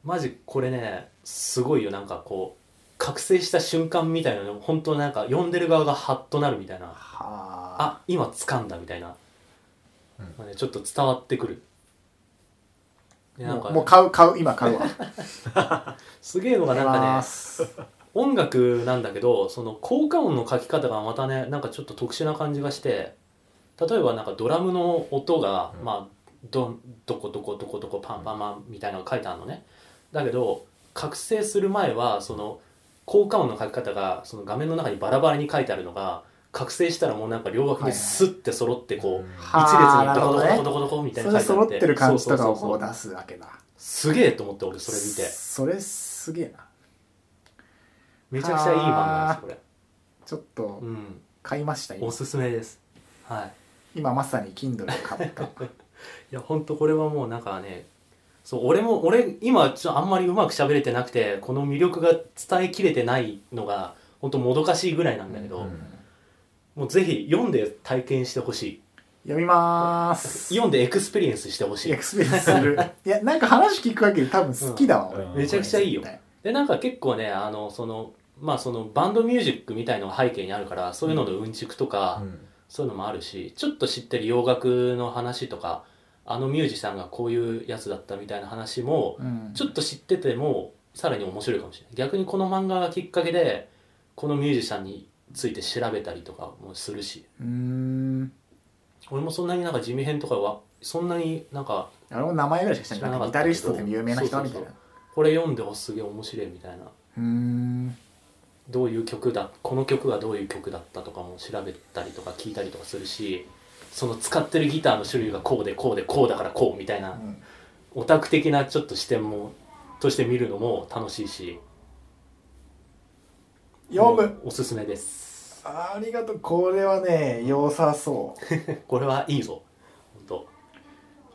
マジこれねすごいよなんかこう覚醒した瞬間みたいなの本当なんか読んでる側がハッとなるみたいな
はあ
あ今掴んだみたいな、
うん
まあねちょっと伝わってくるでなん
も
か
うもう買う買う今 買うわ
すげえのがなん
買い
か
ま
ね
す
音楽なんだけどその効果音の書き方がまたねなんかちょっと特殊な感じがして例えばなんかドラムの音が、
うん
まあどんどこどこどこどこパンパンパンみたいなのが書いてあるのねだけど覚醒する前はその効果音の書き方がその画面の中にバラバラに書いてあるのが覚醒したらもうなんか両脇にスッて揃ってこう、
は
一
あー
列にドコ
な
ドコ
るほど
ドコドコみたい
そ
な
れ
書
で
いてあ
揃ってる感じとかを
そうそ
こ
う
う
そう
出すわけだ
すげえと思って俺それ見て
それすげえな
めちゃくちゃいい漫画ですこれ
ちょっと
うん
買いました今
おすすめですはい
今まさに Kindle を買 った
いや本当これはもうなんかねそう俺も俺今ちょっとあんまりうまく喋れてなくてこの魅力が伝えきれてないのが本当もどかしいぐらいなんだけど、
うん
もうぜひ読んで体験してほし
読みまー
い
す
読んでエクスペリエンスしてほし
エ
い
クスペリエンスす るいやなんか話聞くだけで多分好きだわ、
うん
俺
うん
めちゃくちゃいいよ
絶対
でなんか結構ねあのそのまあそのバンドミュージックみたいのが背景にあるからそういうののうんちくとか、
うん
そういうのもあるしちょっと知ってる洋楽の話とかあのミュージシャンがこういうやつだったみたいな話も
うん
ちょっと知っててもさらに面白いかもしれない逆にこの漫画がきっかけでこのミュージシャンについて調べたりとかもするし
うーん
俺もそんなになんか地味編とかはそんなになんか
あれも名前ぐらいしか知らない
知らな
なんか
かったけ
ギタ
ど
リストでも有名な人みたいな
そうこれ読んでおすげえ面白いみたいな
うーん
どういう曲だこの曲がどういう曲だったとかも調べたりとか聞いたりとかするしその使ってるギターの種類がこうでこうでこうだからこうみたいな
うん
オタク的なちょっと視点もとして見るのも楽しいし
読む、
おすすめです
ありがとうこれはね良さそう
これはいいぞ本当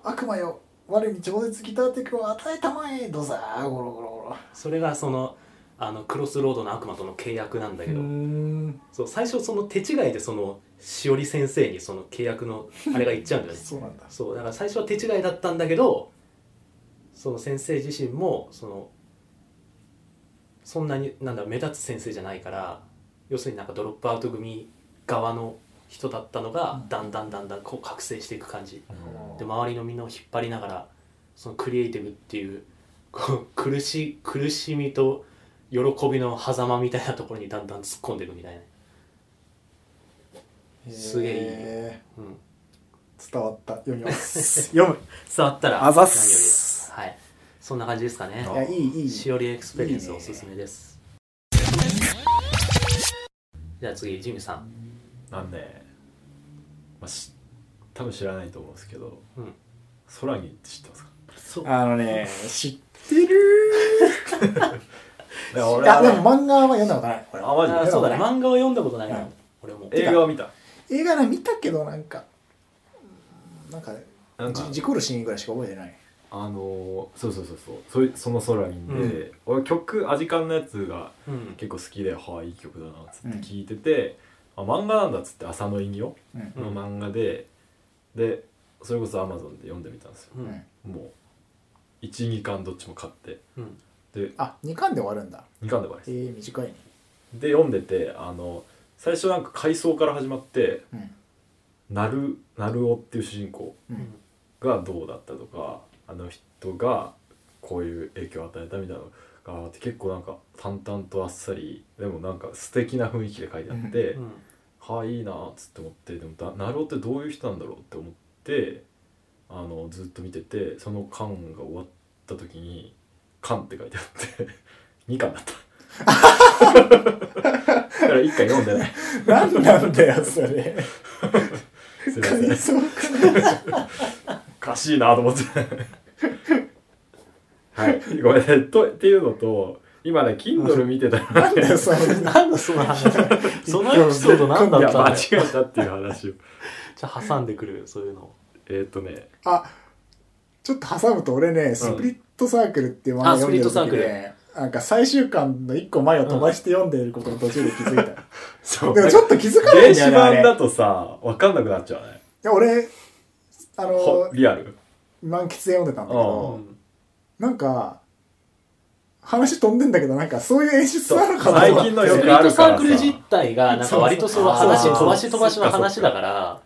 悪魔よ我に超絶ギターテクを与えたまえどざーゴロゴロゴロ
それがそのあのクロスロードの悪魔との契約なんだ
う
け
ー
ど、
ん
そう最初その手違いでそのしおり先生にその契約のあれがいっちゃうんだよね
そうなんだ
そうだから最初は手違いだったんだけどその先生自身もそのそんなになんだ目立つ先生じゃないから要するになんかドロップアウト組側の人だったのが
うん
だんだんだんだんこう覚醒していく感じ
うん
で周りのみんなを引っ張りながらそのクリエイティブっていう こう苦し苦しみと喜びの狭間みたいなところにだんだん突っ込んでいくみたいな、すげえいい
え
うん、
伝わった読みます 読む
伝わったら
あざっ
何よりです
す
はいそんな感じですかね
いやいいいい
しおりエクスペリエンスおすすめですじゃあ次ジミさん
なんで、まあ、し多分知らないと思うんですけど、
うん
空にって知ってますか
そう
あのね知ってる
いや俺
あで
は
も漫画は読んだことないこれ
あマジで
あそうだね
ま
漫画は読んだことないな、
うん
俺も
映画は見た
映画ね見たけどなんかうんなんか
なんか
じ事故るシーンぐらいしか覚えてない
あのーそうそうそうそうそれその空にで、
う
俺曲アジカンのやつが
うん
結構好きで、はあいい曲だなっつって聞いてて、あ漫画なんだっつって浅野稲代
うん
の漫画で、でそれこそアマゾンで読んでみたんですよ
う
うんん
もう12巻どっちも買って
うん
で
あ二2巻で終わるんだ
2巻で終わり
え
で
ー、短いね
すで読んでてあの最初なんか回想から始まって
うん
なるなるおっていう主人公
う
うんん
がどうだったとかあの人がこういう影響を与えたみたいなのがあって結構なんか淡々とあっさりでもなんか素敵な雰囲気で書いてあって、
うん
はあいいなっつって思ってでもだなるおってどういう人なんだろうって思ってあのずっと見ててその巻が終わった時に「巻」って書いてあって2 巻だ っただから1巻読んでない
何なんだよそれ
すいません
感想
おかしいなと思ってはいごめんなさいとっていうのと今ね Kindle 見てたら
なんだよ、その、な んだその話。
そのエピソード何だ
い
っ
や
たんだ
間
よ
違えたっていう話を
じゃあ挟んでくるそういうのを
えーっとね
あ、ちょっと挟むと俺ね、スプリットサークルっていう漫画
あ
読んでる
スプリッ
時
トサ
で、なんか最終巻の一個前を飛ばして読んでいることの途中で気づいた。
そう
でもちょっと気づかないん
電
だ
子
よねあれ。
版だ
い
とさ分かんなくなっちゃうね
や俺、あ
ほ
の、
リアル
満喫で読んでたんだけ
う
ど、
ん
なんか、話飛んでんだけど、なんかそういう演出なのかな
そう最近の
ス
よ
プ
く
リ
あ
ッ
るから
ト
さ
サークル自体がなんか割とその話
そうそうそう
飛ばし飛ばしの話
そっかそっか
だから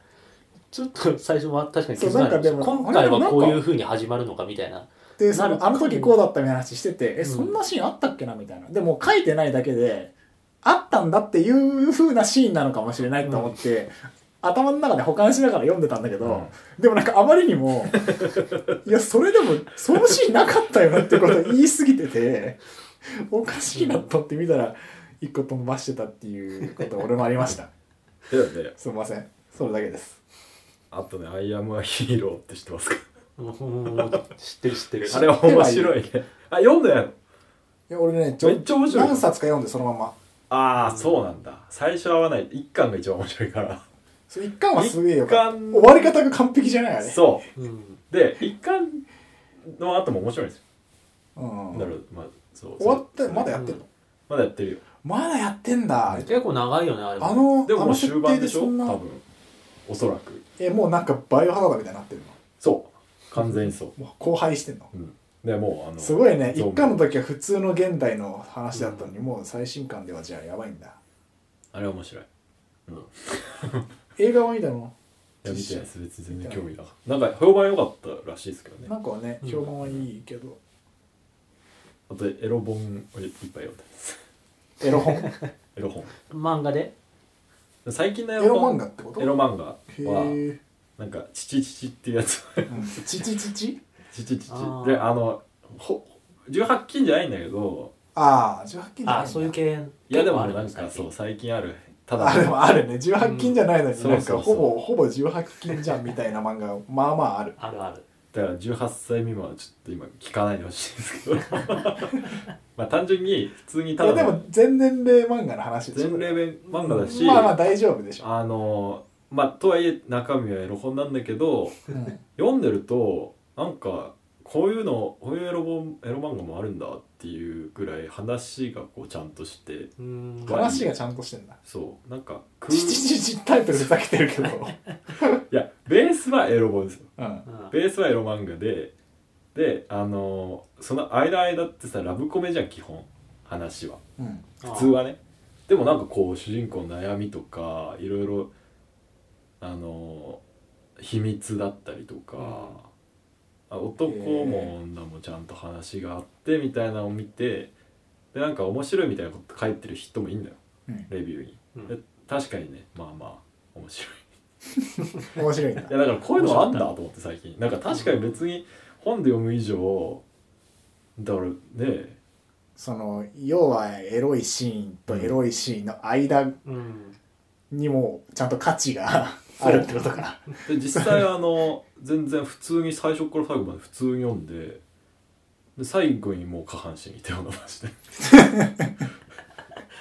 ちょっと最初は確かに気づ
そうなん
か
か
ない
でも
今回はこう
あ
い
れでもな
うん
か
ふうに始まるのかみたいな
でそ
なる
のあの時こうだったみたいな話してて、え
ん
そんなシーンあったっけなみたいなでも書いてないだけであったんだっていう風なシーンなのかもしれないと思って、頭の中で保管しながら読んでたんだけど、でもなんかあまりにも いやそれでもそのシーンなかったよなってことを言い過ぎてておかしいなと思って見たら一個飛ばしてたっていうこと俺もありました
だよね
すみませんそれだけです
あとね「アイアムアヒーロー」って知ってますか
うん知ってる知ってる
あれ面白いねあ読んだよ
いや俺ね
めっちゃ面白い
何冊か読んでそのまま
ああそうなんだ最初は合わない一巻が一番面白いから
それ一巻はすげえよかった
一
終
巻
わり方が完璧じゃないあれ
そ
うん
うで一巻の後も面白いんですよ
うん
だからまあそう
終わって
そう
まだやってんの、
まだやってるよ
まだやってんだ
結構長いよねあれも
あの
でもも
あ
う
の
終
設
盤
定で
でしょ
そ
多
んな
分おそらく
えもうなんかバイオハザードみたいになってる
そう完全にそ
のもう荒廃してんの
う、うん、でもうあの
すごいね
ゾンビ
一巻の時は普通の現代の話だったのに、もう最新巻ではじゃあやばいんだ
あれ面白いうん
映画は見たの
いや見てないです別に全然興味なかったなんか評判良かったらしいですけどね
なんかはね
うん
評判はいいけど、
あとエロ本をいっぱい読んでます
エロ本エ
エロ本
漫画で
最近のエ
ロ
ロ
漫
本
画ってこと
エロ漫画は
へえ
なんか「チチチチ」っていうやつ
ちちちち
チチチチ
あー
であのほ18禁じゃないんだけど
ああ18禁じゃないんだ
あそういう系
いやでもなん
結構あ
か
る
そう最近あるただ
あでもあるね18禁じゃないのに、
うん
なん
そう
か
そ
ほ
うそう
ぼほぼ18禁じゃんみたいな漫画まあまあある
あるある
だから18歳未満はちょっと今聞かないでほしいんで すけどまあ単純に普通に
い
た
やで
だの
も全年齢漫画の話でしょ
全
これ
霊漫画だし
まあまあ大丈夫でしょ、
あのまあとはいえ中身はエロ本なんだけど
うん
読んでるとなんかこういうのこういうエロ本エロ漫画もあるんだっていうぐらい話がこうちゃんとして
うーん
まあ
話がちゃんとしてんだ
そうなんか
「
空
ちち
い
ちち」タイトルふざけてるけど、
やベースはエロ本ですよ
うん、
うん
ベースはエロ漫画でであのその間間ってさラブコメじゃん基本話は
うん
普通はねでもなんかこう主人公の悩みとかいろいろあの秘密だったりとか、あ男も女もちゃんと話があってみたいなのを見てでなんか面白いみたいなこと書いてる人もいいんだよ
うん
レビューに、
うん
で確かにねまあまあ面白い
面白いんだ
いやだからこういうのあんだと思って最近なんか確かに別に本で読む以上だからね
その要はエロいシーンとエロいシーンの間
うん
にもちゃんと価値があるってことか
で実際あの全然普通に最初から最後まで普通に読んでで最後にもう下半身に手を伸ばして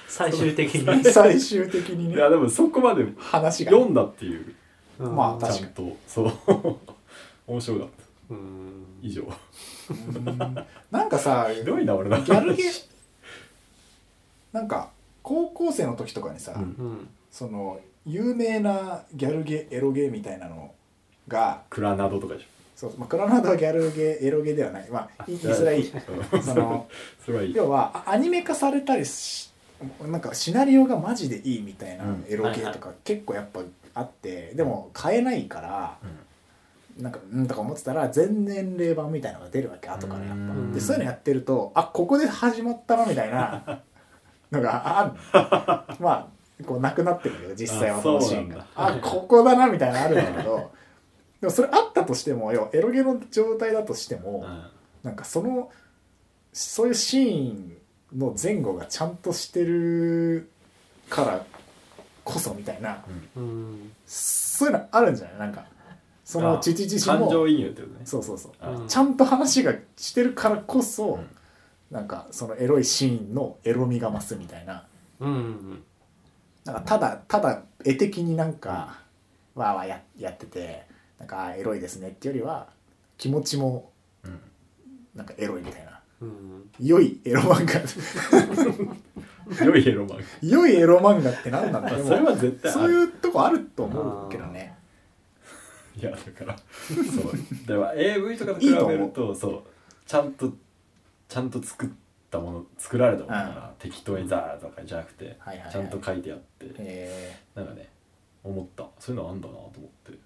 最終的に
最終的に
い
ね
やでもそこまで
話が
読んだっていう
まあ
ちゃ
確か
んとそう 面白かった
にうん
以上
うんなんかさ
ひどいな俺の
ギャルゲ
話
なんか高校生の時とかにさ、
うん
うん
その有名なギャルゲエロゲみたいなのが
クラナドとかでしょ
そう、まあ、クラナドはギャルゲエロゲではないまあ いいそれはいい
うん
その
それはいい
要はあアニメ化されたりしなんかシナリオがマジでいいみたいな
うん
エロゲとか結構やっぱあって、でも買えないからなんかうんとか思ってたら全年齢版みたいなのが出るわけ後からやっぱ
うん
でそういうのやってるとあここで始まったなみたい なのがあんのまあこうなくなってるけど実際は
あ
そのシーンが
そう
あここだなみたいなのあるんだけどでもそれあったとしても要はエロゲの状態だとしても、
うん
なんかそのそういうシーンの前後がちゃんとしてるからこそみたいな
うん
そういうのあるんじゃないなんかその
あ
ちちちち
感
も
情移入ってことね
そうそうそう
あ
うん
ちゃんと話がしてるからこそ、
うん
なんかそのエロいシーンのエロみが増すみたいな
うんうん
なんかただただ絵的になんかわーわーややっててなんかあーエロいですねっていうよりは気持ちも
うん
なんかエロいみたいな
うんうん
良いエロ漫画
良いエロ漫
良いエロ漫画って何なんだ
画
ろ
それは絶対ある
そういうとこあると思うけどね
いやだからそうだから AV とかと比べるとそうちゃんとちゃんと作ったもの作られたものだから、適当にザーとかじゃなくて、
はいはいはい
ちゃんと書いてあって、
え
なんかね思ったそういうのあんだなと思って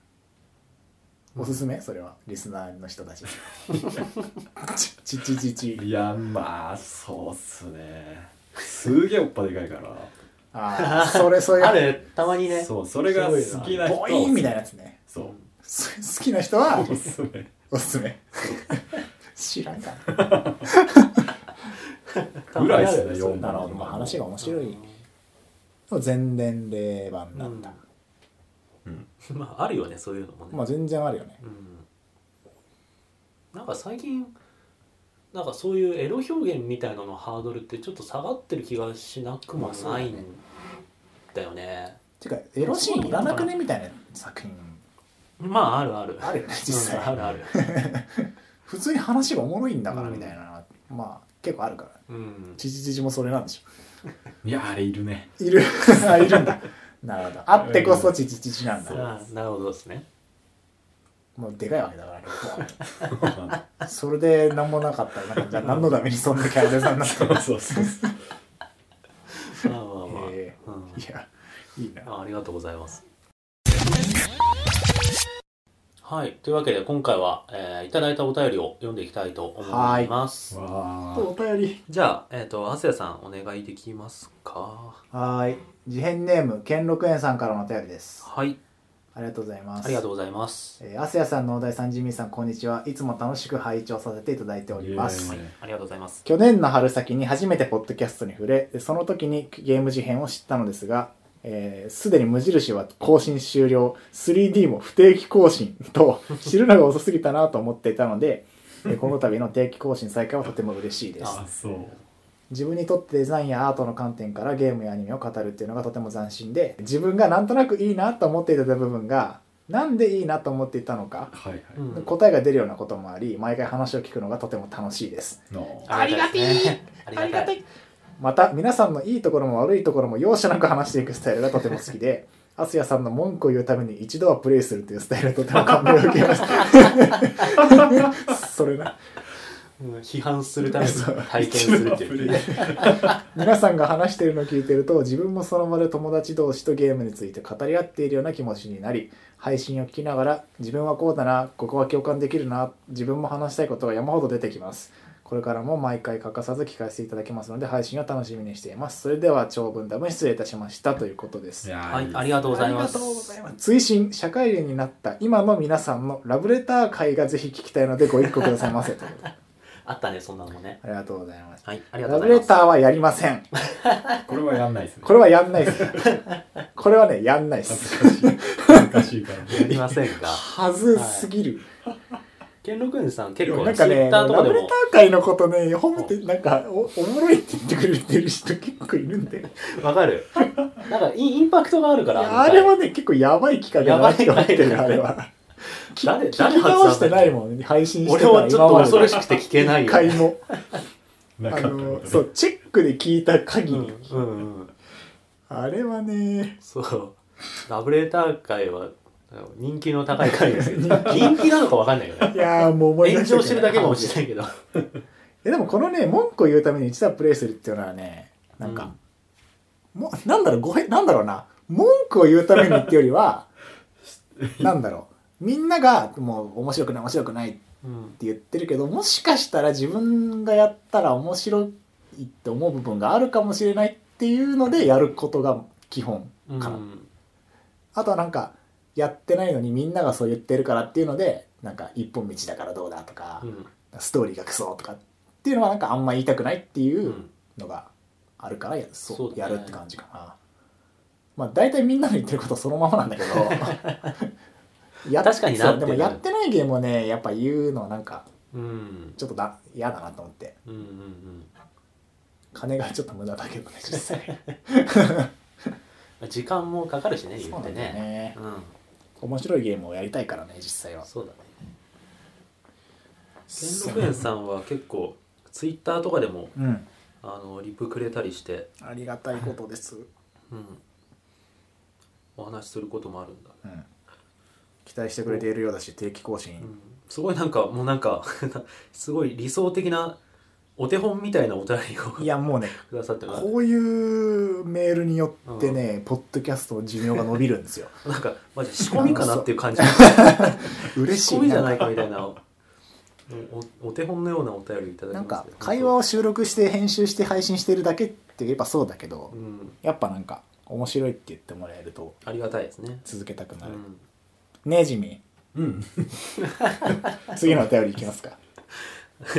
ーおすすめそれはリスナーの人 たちちちちちち
いやまあそうっすねすげえおっぱでかいから
ああそれそういう
あるたまにね
そうそれが好きな人
ボイーンみたいなやつ ね
そう
そ好きな人 は
おすすめ
おすすめ知らんか
たまにあるよ
ぐらいっすね
それ
四
なるほどまあ話が面白い全年齢版なんだ、
うん
うんまああるよねそういうのもね、
まあ全然あるよね
うんなんか最近なんかそういうエロ表現みたいなののハードルってちょっと下がってる気がしなくもないんだよね。
てかエロシーンいらなくねみたいな作品
まああるある。
あるよね実際
うんあるある。
普通に話がおもろいんだからみたいな、まあ結構あるから
うん。
ちちちちもそれなんでし
いやあれいるね
ょいる あいるんだなるほどあってこそちちちちなんだ
あなるほどですね。
もうでかいわけだからねそれで何もなかったらなんかじゃあ何のためにそんなキャラデザになった
そうそうそう
まあまあまあ。
へ
うん
いやいいな
あありがとうございます。はい。というわけで今回は、えーいただいたお便りを読んでいきたいと思います。
わー
お便り
じゃあ、えっ、と、亜生さんお願いできますか。
はーい事変ネーム兼六園さんからのお便りです
はい。
ありがとうございます
ありがとう
う
ございます。
えー、アスヤさん、農大さん、ジミーさん、こんにちは。いつも楽しく拝聴させていただいております。
はい、ありがとうございます。
去年の春先に初めてポッドキャストに触れその時にゲーム事変を知ったのですがえーすで、に無印は更新終了 3D も不定期更新と知るのが遅すぎたなと思っていたので、えーこの度の定期更新再開はとても嬉しいです
あ
あそう
自分にとってデザインやアートの観点からゲームやアニメを語るっていうのがとても斬新で自分がなんとなくいいなと思っていた部分がなんでいいなと思っていたのか
はいはい、
うん
答えが出るようなこともあり毎回話を聞くのがとても楽しいです
の
ありがたいですね。ありがたい。
また皆さんのいいところも悪いところも容赦なく話していくスタイルがとても好 きでアスヤさんの文句を言うために一度はプレイするというスタイルがとても感銘を受けました それな
うん批判するために体験するっていう。
皆さんが話しているのを聞いてると自分もその場で友達同士とゲームについて語り合っているような気持ちになり配信を聞きながら自分はこうだなここは共感できるな自分も話したいことが山ほど出てきますこれからも毎回欠かさず聞かせていただきますので配信を楽しみにしていますそれでは長文ダム失礼いたしましたということです
やー
はい
いで
い、
す
ありがとうございま
ありがとうござ
す
い。ます追伸社会人になった今の皆さんのラブレター会がぜひ聞きたいのでご一個くださいませということであ
あったね、そんなのもね。
りがとうございます
はい、ありがと
ラ
うござ
ブ
い
レ
ます
タ。ーはやりません
これはやんないですね
これはやんないですこれはねやんないです
恥ずかしい恥ずかしいから
やりませんが。
はずすぎる、
ケンロクンさん結構
なん
ツ
か
イ
ね
ッタ
ラ
ーとかで
ブレ
も、
ター会のことね褒めてなんかおおもろいって言ってくれてる人結構いるんで
わかる。なんかいいインパクトがあるから。
あれはね結構やばい企画だなって思って
やばい
る
ね
あれはき
誰
聞き
誰発案
直してないもんね配信し
俺
てた
もちょっと恐ろ
し
しくて聞けないよ。
回も
なか
あ
った
のそうチェックで聞いた限
う
り、
んうんうん。
あれはね
そう。ラブレター界は人気の高い回 ですよ。人気なのかわかんないよね。
いやーもう思い
炎
出せ
上してるだけかもし
ない
れないけど。
えでもこのね文句を言うために一度はプレイするっていうのはねなんか、もなんだろうごへんなんだろうな文句を言うためにっていうより はなんだろうみんながもう面白くない面白くないって
うん。
言ってるけどもしかしたら自分がやったら面白いって思う部分があるかもしれないっていうのでやることが基本
う
かな、
ん。
あとはなんかやってないのにみんながそう言ってるからっていうのでなんか一本道だからどうだとか、
うん。
ストーリーがクソとかっていうのはなんかあんま言いたくないっていううんのがあるからやそう
そうだね
やるって感じかなまあ大体みんなの言ってることそのままなんだけど やっ
確かにな
そうでも
ってな
や
る
ってないゲームをねやっぱ言うのはなんか
うん。
ちょっとだ嫌だなと思って
うんうんうん。
金がちょっと無駄だけどね実際
時間もかかるしね
そ
言っ
うな
て
んだよ
ね
ね
うん
面白いゲームをやりたいからね実際は
そうだね兼六園さんは結構ツイッターとかでも
うん
あのリプくれたりして、
ありがたいことです
うん、お話しすることもあるんだ、
うん期待してくれているようだし定期更
う
新
ん、すごいなんかもうなんか すごい理想的なお手本みたいなお便りを
いやもうね
くださってます
こういうメールによってね、ポッドキャストの寿命が伸びるんですよ
なんかマジ仕込みかなっていう感じ
嬉し
仕
い
込みじゃないいかみたいなおおお手本のようなお便りいただき
な
ま
ん
す
か会話を収録して編集して配信してるだけって言えばそうだけど、
うん、
やっぱなんか面白いって言ってもらえると
ありがたいですね、
続けたくなる、
うん
ねえジミ
うん
ー次のお便りいきますか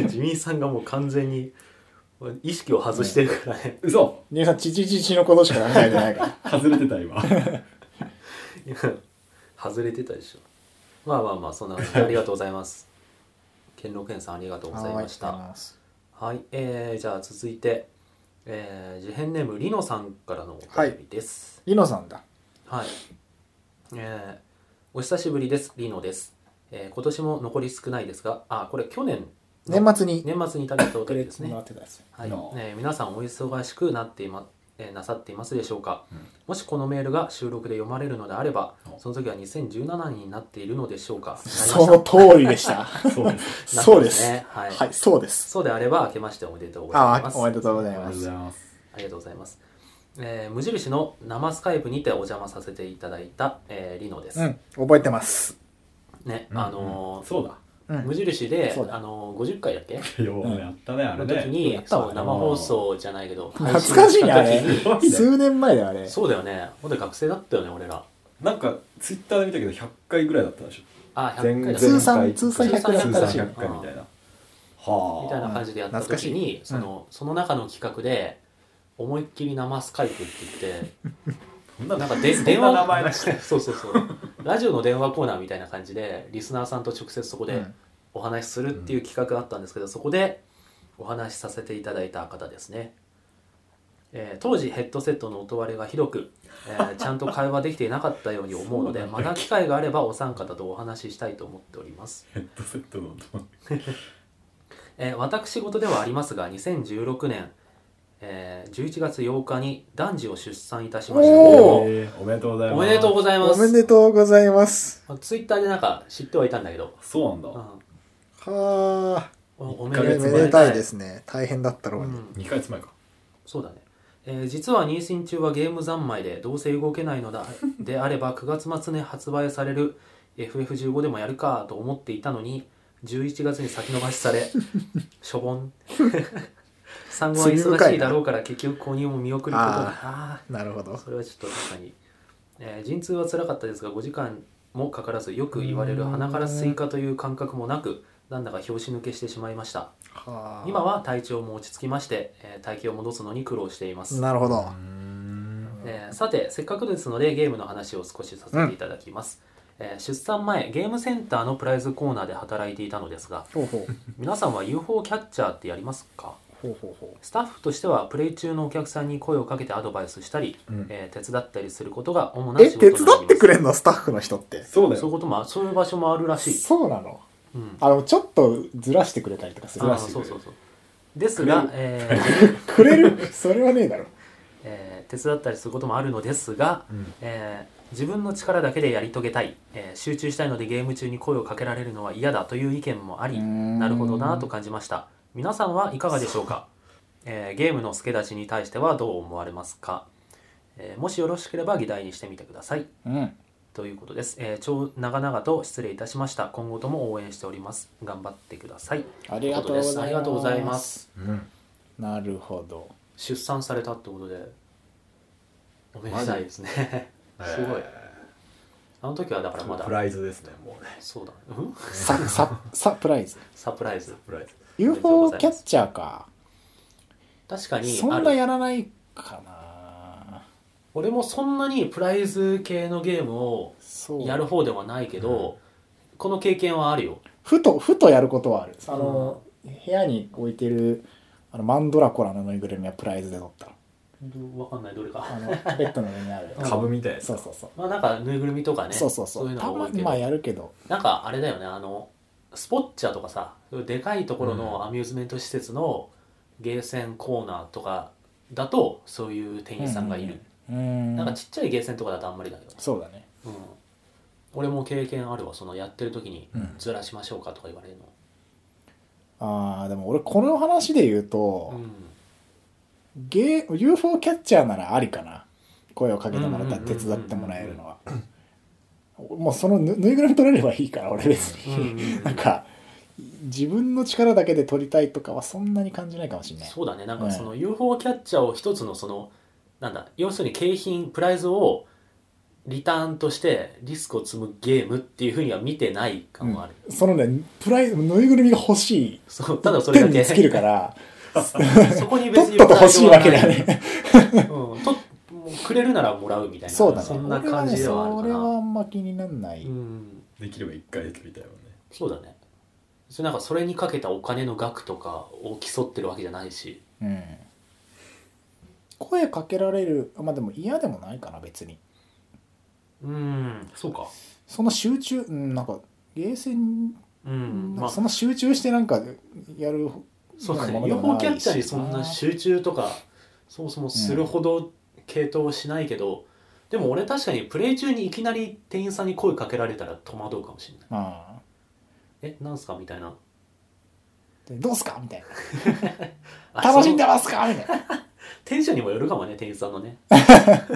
ジミーさん がもう完全に意識を外してるからね、
嘘
ジミーさんちちちちのことしか考えてな いから
外れてた今
いや 外れてたでしょまあまあまあそんな感じでありがとうございます兼六園さんありがとうございました
は
はい
ます
えーじゃあ続いて、えー、事変ネームりのさんからのお便りです
イノさんだ
はい、えーお久しぶりですりのです、えー今年も残り少ないですがあこれ去年の
年末に
年末にいただいたお
く
便り
れ
です
て
ね
もらってたやつ
はい
の
えー皆さんお忙しくなっていま、えーなさっていますでしょうか、
うん
もしこのメールが収録で読まれるのであれば
お
その時は2017になっているのでしょうか
その通り でした
そうです
そう
なって
です
ますねはい、
はいそうです
そうであれば明けましておめでとうござい
あ
ま
あ
す
おめでとうござ
あ
い
りが
ま
とうご
す
ざいます
ありがとうございます、えー無印の生スカイプにてお邪魔させていただいた、えーリノです、
うん覚えてます
ねあのー
そうだ
うん
無印で、
そうだ
あのー50回だっけ
ようやったねあれ
の
ね
時に、
やったわ
そう生放送じゃないけど
懐かしいねあ
配
れ
信した時に
ごいね
数年前だよあれ
そうだよねほんで学生だったよね俺ら
なんかツイッターで見たけど100回ぐらいだったでしょ
あ100回だ
全通算通算
100回
通算100回
うん
みたいなはあ
みたいな感じでやった
懐かし
時
い
に、
うん
そのその中の企画で思いっきり生スカイプって言っ
そんな
てなん
か
かで電
名前
話
出して
そうそうそうラジオの電話コーナーみたいな感じでリスナーさんと直接そこ
う
で
ん
お話しするっていう企画があったんですけど、そこでお話しさせていただいた方ですね、えー当時ヘッドセットの音割れがひどく、えーちゃんと会話できていなかったように思うので
そうなんだ
また機会があればお三方とお話ししたいと思っております
ヘッドセットの音
えー私事ではありますが2016年、えー11月8日に男児を出産いたしました
お
お
えーおめでとうございます
めでとうございま
お
す
めでとうございます
まあツイッターでなんか知ってはいたんだけど、
そうなんだ
うん、
はあ
おおめ、
一ヶ
め
月前
でたいですすね大変だった
う
ろうに、
ん
2ヶ月前か
そうだね、えー実は妊娠中はゲーム三昧でどうせ動けない のだであれば9月末に発売される FF15 でもやるかと思っていたのに11月に先延ばしさ れしょぼ ん産後は忙しいだろうから結局購入も見送ることがあー
なるほど
それはちょっと確かに、えー陣痛は辛かったですが5時間もかからずよく言われる鼻からスイカという感覚もなくなんだか拍子抜けしてしまいました
はあ
今は体調も落ち着きまして、えー体型を戻すのに苦労しています、
なるほど
うーん
えーさてせっかくですのでゲームの話を少しさせていただきます、えー出産前ゲームセンターのプライズコーナーで働いていたのです が
ほうほう
皆さんは UFO キャッチャーってやりますか
ほうほうほ
スタッフとしてはプレイ中のお客さんに声をかけてアドバイスしたり、
うん
えー手伝ったりすることが主な
うえ
仕事
手
になりま
伝
す
ってくれんのスタッフの人って
そうだ
そういう
よ
こともあそういう場所もあるらしい、
そうなの
うん、
あのちょっとずらしてくれたりとかす
あ
る
ー
らしい
そうそうそうですが、えー
くれるそれはねえだろ
えー手伝ったりすることもあるのですが、
うん
えー自分の力だけでやり遂げたい、えー集中したいのでゲーム中に声をかけられるのは嫌だという意見もあり
うーん
なるほどなと感じました皆さんはいかがでしょうか、えーゲームの助立ちに対してはどう思われますか、えーもしよろしければ議題にしてみてください
うん
ということです、えー、長長々と失礼いたしました今後とも応援しております頑張ってください
ありがとうございます
ありがとうございます
うん
なるほど
出産されたってことでおめでたいですね すごい
え
あの時はだからま
ー
だ
プライズですねもうね
そうだ、うん、
サササプライズ
サプライズ
プライズ
UFO キャッチャーか
確かに
そ
あ
んな
る
やらないかな
俺もそんなにプライズ系のゲームを
そう
やる方ではないけど、この経験はあるよ
ふとふとやることはあるあの、部屋に置いてるあのマンドラコラのぬいぐるみはプライズで取った
どわかんないどれか
あのベッドの上にある
うん
株みたいなやつ
そうそうそう、
まあなんかぬいぐるみとかね
そうそうそう
いうの
た
が多
ま
い
に
け
まあ
ど
やるけど
なんかあれだよねあのスポッチャとかさでかいところのアミューズメント施設のゲーセンコーナーとかだとそういう店員さんがいる、
うーん
なんかちっちゃいゲーセンとかだとあんまりだけど、
そうだね
うん、俺も経験あるわそのやってる時に
うん
ずらしましょうかとか言われるの、
あーでも俺この話で言うと
う、ん
ゲー UFO キャッチャーならありかな声をかけてもらったら手伝ってもらえるのはもうそのぬぬいぐるみ取れればいいから俺別
う
に、
んうんうん
なんか自分の力だけで取りたいとかはそんなに感じないかもしれない
そうだねなんかその UFO キャッチャーを一つのそのなんだ要するに景品プライズをリターンとしてリスクを積むゲームっていうふうには見てない感はある、
そのねプライズぬいぐるみが欲しい
そうただそれだ
一
け
点に尽きるから
そこに
と
別
っ
に
とと欲しいわけだよね
うん、ともうくれるならもらうみたいな
そうだね
んな感じではあるか
俺
な
はねそれはあんま気になんない、
うん、
できれば一回やってみたいわね
そうだねそれなんかそれにかけたお金の額とかを競ってるわけじゃないし
うん声かけられるまあでも嫌でもないかな別に
うんそうか
その集中うんなんかゲーセン、
うん
なん
ま
か
あ
その集中してなんかやる
そうだ
ま
ね
あ
UFO キャッチャーにそんな集中とかそもそもするほど系統はしないけど、でも俺確かにプレイ中にいきなり店員さんに声かけられたら戸惑うかもしれない
あ
えなんすかみたいな
あでどうすかみたいな
あ
楽しん
そ
でますか みたい
のテンションにもよるかもね店員さんのね
な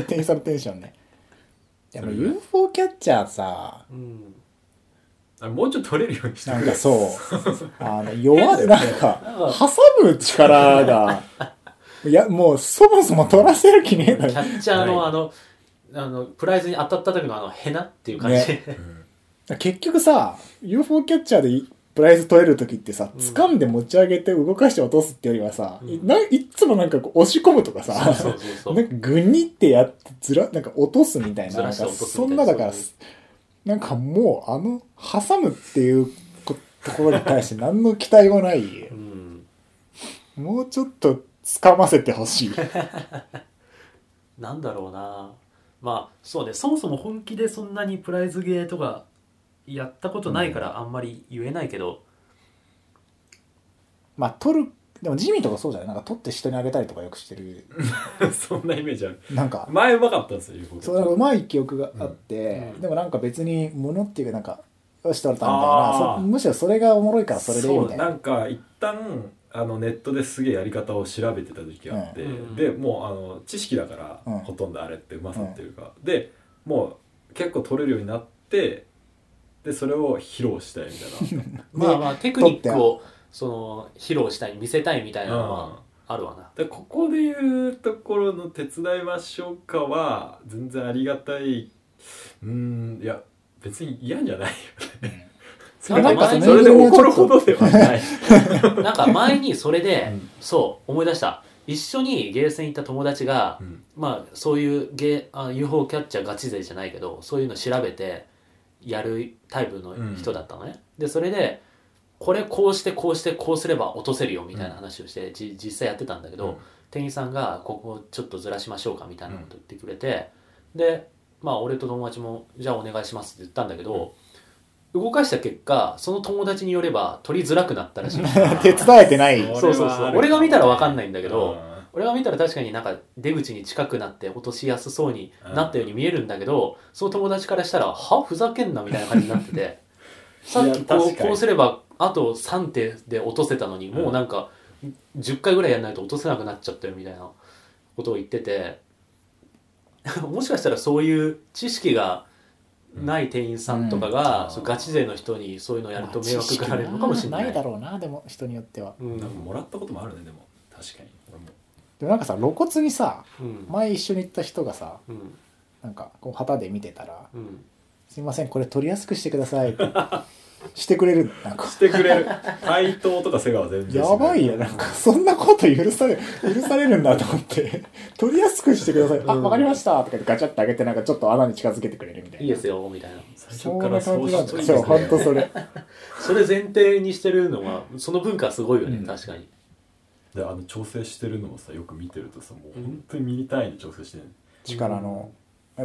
店員さんのテンションねでも
それぐらい
UFO キャッチャーさ
うん
あもうちょっと取れるようにして
な
く
ん
れ
かそうあの弱いなんか
なんか
挟む力が いやもうそもそも取らせる気 ね
キ
え
ャ
だろ
ッチャーの
ない
あの、あの、プライズに当たった時のあの、へなっていう感じ。
うん
結局さ UFO キャッチャーでいプライズ取れる時ってさ
うん
掴んで持ち上げて動かして落とすってよりはさ、
うん
いないっつもなんかこう押し込むとか さ
そうそうそうそう。
なんかぐにってやってずらなんか落とすみたいな
ず
な
ら
ん
して
か
落とすみ
そ
た
ん
い
な
な
だから
そういう
なんかもうあの挟むっていうこところに対して何の期待もない
うん。
もうちょっと掴ませてほしい
なんだろうなまあ、そうね、そもそも本気でそんなにプライズゲーとか、やったことないからあんまり言えないけど、
まあ取るでもジミーとかそうじゃないなんか取って人にあげたりとかよくしてる
そんなイメージある
なんか
前うまかったんですよ UFO
そうなんかうまい記憶があって、
うん
でもなんか別に物っていうかなんかよし取れたみたいな
あー
そむしろそれがおもろいからそれでいいみたい
そ
な
うなんか一旦あのネットですげえやり方を調べてた時期があって、
うん
でもうあの知識だから、
うん
ほとんどあれってうまさっていうか、でもう結構取れるようになってでそれを披露したいみたいな
まあまあ、テクニックを、その、披露したい、見せたいみた いなの
うん
はあるわな。
でここでいうところの「手伝いましょうか」は全然ありがたいうーんいや別に嫌じゃないよねそれ
なんかそ
そ
の
れで怒るほどではない、
なんか前にそれで、
うん
そう、思い出した。一緒にゲーセン行った友達が、
うん
まあそういうゲーあ UFO キャッチャーガチ勢じゃないけどそういうの調べてやるタイプの人だったのね、でそれでこれこうしてこうしてこうすれば落とせるよみたいな話をして、じ実際やってたんだけど、
うん
店員さんがここちょっとずらしましょうかみたいなこと言ってくれて、でまあ俺と友達もじゃあお願いしますって言ったんだけど、動かした結果その友達によれば取りづらくなったらしい
手伝えてない
そう
そうそう
俺は
そ
あ
う
る
俺が見たら分かんないんだけど、
うん
俺が見たら確かになんか出口に近くなって落としやすそうになったように見えるんだけど、その友達からしたらはふざけんなみたいな感じになって てさっき
いや
こう
確かに
こうすればあと3手で落とせたのにもうなんか10回ぐらいやんないと落とせなくなっちゃったよみたいなことを言ってて もしかしたらそういう知識がない店員さんとかが、
うん
そうガチ勢の人にそういうのやると迷
まあ知
惑
識
がられるのかもしれない。
ないだろうなでも人によっては
うん
なんかもらったこともあるねでも確かに俺も
でもなんかさ露骨にさ
うん
前一緒に行った人がさ
うん
なんかこう旗で見てたら
うん
「すいませんこれ取りやすくしてください」 ってしてくれるなんか
してくれる対等とか瀬川全然しない
やばいよなんかそんなこと許され許されるんだと思って 「取りやすくしてください」あ「
うん
わかりました」とかでガチャって開けてなんかちょっと穴に近づけてくれるみたいな
い
い
ですよみたいな
最
そ
初
ん
か
な
らそ
感
う
じ
し
な
た
ん
と
だ
いい
そう本当
ね
それ
それ前提にしてるのはその文化すごいよね、
うん
確かに
であの調整してるのもさよく見てるとさもう本当にミリ単位で調整してる、
力の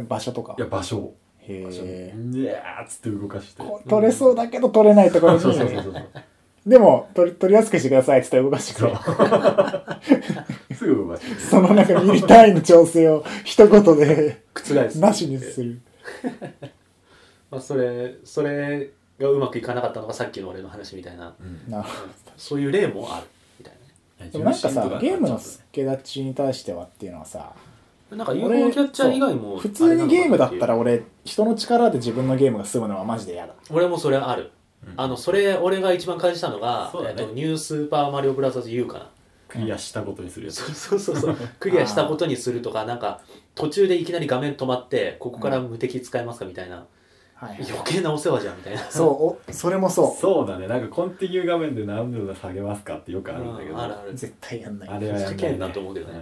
場所とか
いや場所を
へ
場所を
え
にゃーっつって動かして
こう取れそうだけど取れないところに
そうそうそうそう
でも取り取りやすくしてくださいっつって動かしてく
そ
れる
うすぐ動かして
そのなんかミリ単位の調整を一言 で
覆す
なしにする
まあ、それそれがうまくいかなかったのがさっきの俺の話みたいな
うん
な
そういう例もあるみたいなね
でもなんか
重心と
さ
ね
ゲームの
ちょっとね
助立ちに対してはっていうのはさ
なんか有
俺
効キャッチャー以外も
普通にゲームだっ
あれなのか
た
な
ら
ていう
俺人の力で自分のゲームが進むのはマジで嫌だ
俺もそれある
うん
あのそれ俺が一番感じたのが
そうだ
えっ
ね
とニュースーパーマリオブラザーズ U かな
クリアしたことにするやつ
そうそうそうそうクリアしたことにするとかなんか途中でいきなり画面止まってここから無敵使えますかみたいな
はいはい
余計なお世話じゃんみ たいな
そうおそれもそ
そうだねなんかコンティニュー画面で何秒だ下げますかってよくあるんだけど、
うんあるあ
う
る
絶対やんない
あれはやん
不
な
可
い、
見だと思うけどね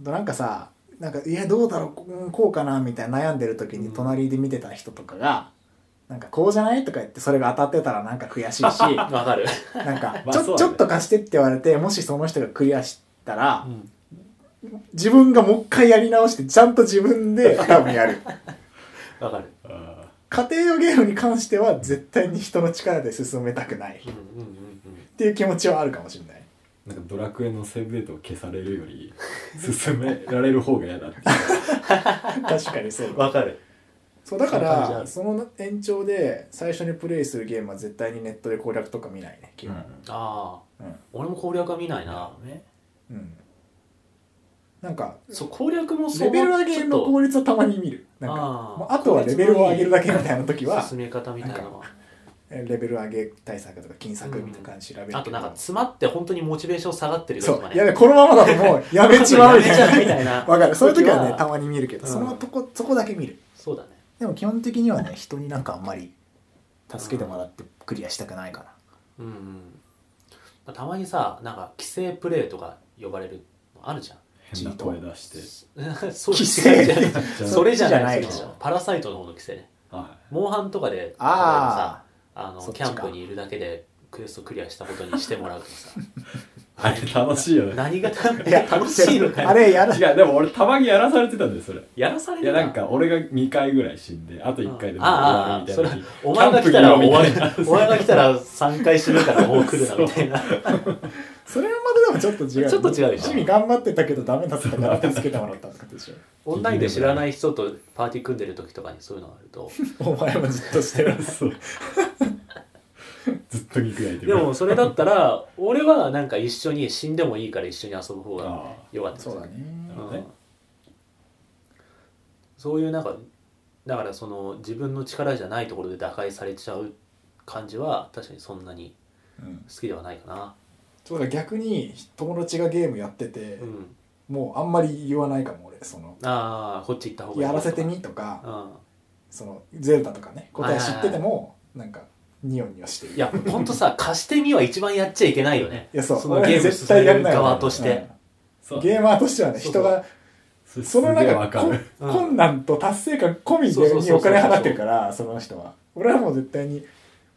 あとなんかさなんかいやどうだろううんこうかなみたいな悩んでる時
う
に
ん
隣で見てた人とかが「なんかこうじゃない?」とか言ってそれが当たってたらなんか悔しい しな
わかる、
んか
まあ
ちょ,、
そうだね
ちょっと貸してって言われてもしその人がクリアしたら
う、ん
自分がもう一回やり直してちゃんと自分で多分や る
わかる
うんあ
家庭用ゲームに関しては絶対に人の力で進めたくない
うん
っ
うんうんうん
ていう気持ちはあるかもしれ ない
ーなんかドラクエのセーブデートを消されるより 進められる方が嫌だっていう
確かにそうだ
わかる
そうだか
そういう感じあ
ら
る
その延長で最初にプレイするゲームは絶対にネットで攻略とか見ないね基
うん
本、
ああ
うん
俺も攻略は見ないな
ね
うん、なんか
そう攻略もそう
レベル上げの効率はたまに見るなんか
あー
もうあとはレベルを上げるだけみたいな時は
進め方みたいなのは
レベル上げ対策とか金策みたいな感じで調べるけど
あとなんか詰まって本当にモチベーション下がってる
そ
時とか
う
ね
いやべこのままだともうやめちまうみたい
やめちゃうみ
な
たいな
わかるそういう時はねたまに見るけど、
うん
そのとこそこだけ見る
そうだね
でも基本的にはね人になんかあんまり助けてもらってクリアしたくないから、
うんうんたまにさなんか規制プレイとか呼ばれるのあるじゃん
変な声出して
そう
規制
違う違う
じゃあ
それじゃないで
そっち
し
じゃ
ょパラサイトの方の規制ね
は
モンハンとかで例えばさ
あ
あの
そっ
キ
ちか
ャンプにいるだけでクエストクリアしたことにしてもらうとか さ
いあれ楽しいよね
何が
いや
楽しいのか
あ
よ
れやら
違うでも俺たまにやらされてたんだよそれ
やらされ
い
る
やなんか俺が2回ぐらい死んであと1回でもう終わるみたいな時
お前が来たら
キャン
終
プに
わ
行こう
る
みたいな
お前が来たら3回死ぬからもう来るなみたいな
それはまだでもちょっと違う
ちょっと違うでしょ
趣味頑張ってたけどダメだったから助けてもらったってことでしょ
オンライン で知らない人とパーティー組んでる時とかにそういうのがあると
お前もじっとしてる
そう ずっと肉焼いて
でもそれだったら 俺はなんか一緒に死んでもいいから一緒に遊ぶ方が
あ
よかったです
そうだね
あ
うんそういうなんかだからその自分の力じゃないところで打開されちゃう感じは確かにそんなに
うん
好きではないかな
そうだ逆に友達がゲームやってて、
うん
もうあんまり言わないかも俺その
ああこっち行った方がいい
やらせてみ
うん
とか、
い
そのゼルダとかね答え知っててもなんかニオニオしてる
やほんとさ貸してみは一番やっちゃいけないよね
いやそう
その
俺
ゲーム
絶対
進
や
める
んない
側として、
そう
ゲーマーとしてはね
そうそう
人が
それす
そ
げ
の
え
な
わ
ん
か
か
る
こ
うん
困難と達成感込み
そうそうそう
で
そう
にお金払ってるからその人は俺はもう絶対に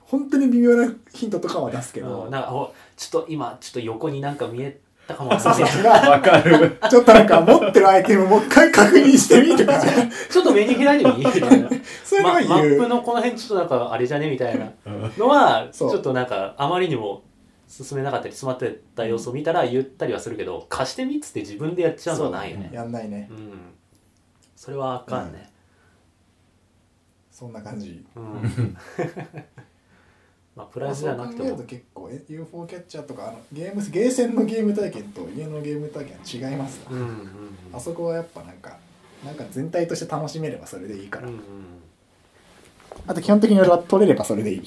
本当に微妙なヒントとかは出すけ
う
ど
ん、なんかおちょっと今ちょっと横になんか見えたかもな
さ
みたい
す
な
が
わか る
ちょっとなんか持ってるアイテムもう一回確認してみと か
ちょっと目に開いてみみた いな
そういうの
ま
は
マ
言
ップ
う
のこの辺ちょっとなんかあれじゃねみたいな
うん
のはち
そう
ょっとなんかあまりにも進めなかったり詰まってた様子を見たら言ったりはするけど貸してみっつって自分でやっちゃうのはないよね
やんないね
うんそれはあかんね
そんな感じ
うん、まあプラスじゃなくて
そう
も
考えると結構え UFO キャッチャーとかあのゲームゲーセンのゲーム体験と家のゲーム体験は違います
うんうん
あそこはやっぱなんかなんか全体として楽しめればそれでいいか
う
ら、
ん、
あと基本的に俺は取れればそれでいい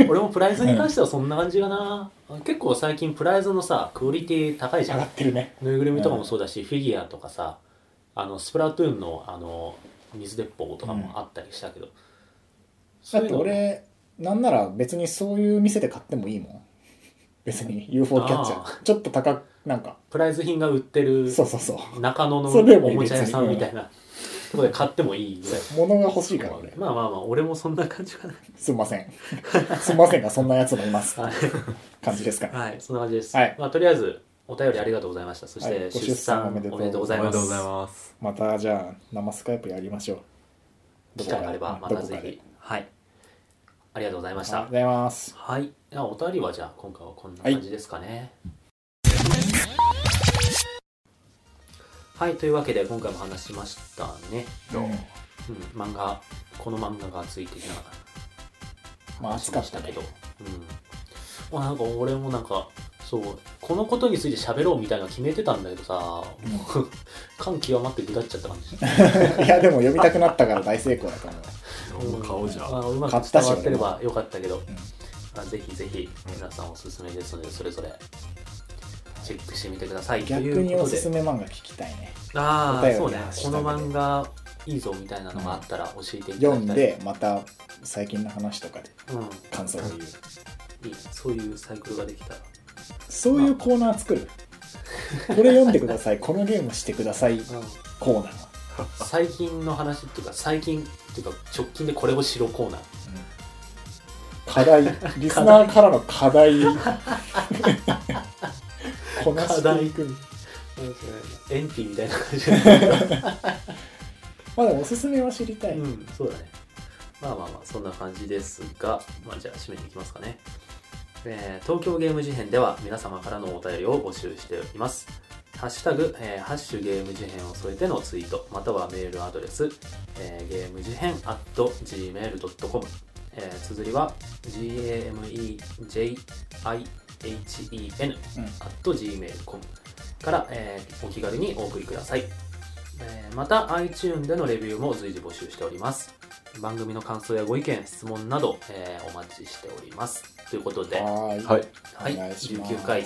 うん、俺もプライズに関してはそんな感じかな、結構最近プライズのさクオリティ高いじ
上
ゃん
がってるね
ぬいぐるみとかもそうだし、フィギュアとかさあのスプラトゥーンのあの水鉄砲とかもあったりしたけど、そ
だ
うい
っ
う
て
の
俺なんなら別にそういう店で買ってもいいもん 別に UFO キャッチャ
あ
ーちょっと高くなんか
プライズ品が売ってる
そうそうそう
中野の
それよりも
おもちゃ屋さんみたいなとこで買ってもいいぐらい
物が欲しいから俺
まあまあまあ俺もそんな感じかな
すんません すんませんがそんなやつもいます
はい、
感じですかね
はい、そんな感じです、
はい
まあ、とりあえずお便りありがとうございました。そし
は
て
いご
出
出産
産
おめでと
お
う
めでとうご
ご
ざ
ざ
いま。
います
ます。
またじゃあ生スカイプやりましょう
機会があればま
ど
た
こか
ぜ
で
ひ。はい。ありがとうございまし
ありがとう
た
ご。ざいます
はい。ではお便りはじゃあ今回はこんな感じですかね。はい、というわけで今回も話しましたね。
うん
うん、漫画この漫画が熱い的な
まあ
話
暑か
で
っ
したた
け
け
ど
ど、うん、まあなんか俺もなんかそうこのことについて喋ろうみたいなの決めてたんだけどさ、もう 感極まってぐだっちゃった感 じ
いやでも読みたくなったから大成功だと 思う
この顔じゃ。
あうまく
買った
伝
し
わってればよかったけど、
ん
まあ、ぜひぜひ皆さんおすすめですのでそれぞれチェックしてみてくださいと
逆
い
に
うこ
お
と
す
です
め漫画聞きたいね
あ
お便
あ
り
そうね
ハッシ
こ
ュタ
の
グで
漫画いいぞみたいなのがあったら教えていただ
読
き
ん
たい、
でまた最近の話とかで
う
感想を言う
うん、いいそういうサイクルができたら
そういうコーナー作るこれ読んでくださいこのゲームしてくださいコーナー
最近の話っていうか最近っていうか直近でこれをしろコーナー
課題リスナーからの課題こなしていく
エンティみたいな感じだね
まあでもおすすめは知りたい、
うんそうだねまあまあまあそんな感じですが、まあ、じゃあ締めていきますかね、えー東京ゲーム事変では皆様からのお便りを募集していますハッシュタグ、えーハッシュゲーム事変を添えてのツイート、またはメールアドレス、えーゲーム事変 at gmail.com、えー、綴りは g-a-m-e-j-i-h-e-n
うん
at gmail.com から、えーお気軽にお送りください、えーまた iTune でのレビューも随時募集しております番組の感想やご意見質問など、えーお待ちしておりますということで、は
はーい、
はい。
い、
お願いします
19回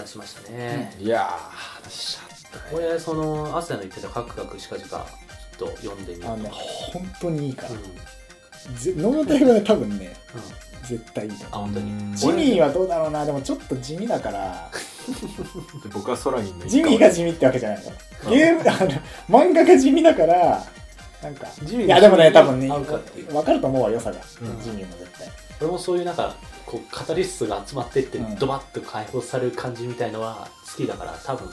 話しましたね、
いやー、話しちゃった
これそのアスヤの言ってたカクカクシカジカちょっと読んでみ
あ
よ
の
うと
ね本当にいいから
うん、うん、
ぜノータイムで多分ね絶対いいと
あ
思う
本当に
うん
ジミーはどうだろうなでもちょっと地味だから
で僕は空にの
ジミーが地味ってわけじゃないのゲームあの漫画が地味だからなんか
ジミー
いやでもね多分ね
合うかっていう
分かると思うわ良さが、
うん
ジミーも絶対
俺もそういうなんかこうカタリストが集まってって
うん
ドバッと解放される感じみたいのは好きだから多分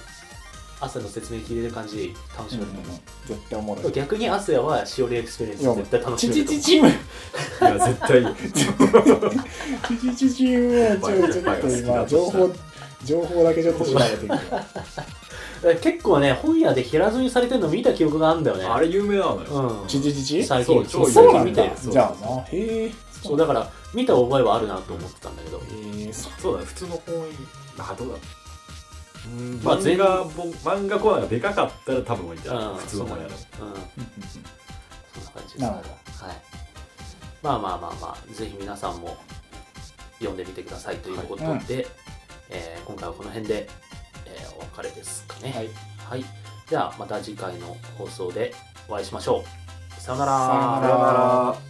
朝の説明聞いてる感じ楽しめると思う、
絶対おもろい
逆にアスヤはしおりエクスペリエンス絶対楽し
チ
める
チ
と思う
チチーム
いや、絶対いい。
チチチチームはちょちょっと今情報情報だけちょっと調べてみて
だから結構ね本屋で平積みされてるの見た記憶があるんだよね
あれ有名なのよ。
うん
チチチチ
最
そ
近
う超有名
そうなん
見た
だ
よ
そう
じゃあなへえ
そうだから見た覚えはあるなと思ってたんだけど、
へえそ
そうだね、普通の本位。あ、どうだろううん
まあ
漫画本漫画コーナーがでかかったら多分いいんじゃ
う
なんい普通の本屋で
う
も
ん、
う
そんな感じです
なるほど
はい、まあまあまあまあぜひ皆さんも読んでみてくださいということで、
はいうん
えー今回はこの辺で、えーお別れですかね
はい、
はい、ではまた次回の放送でお会いしましょうさようなら
さようなら
さよなら。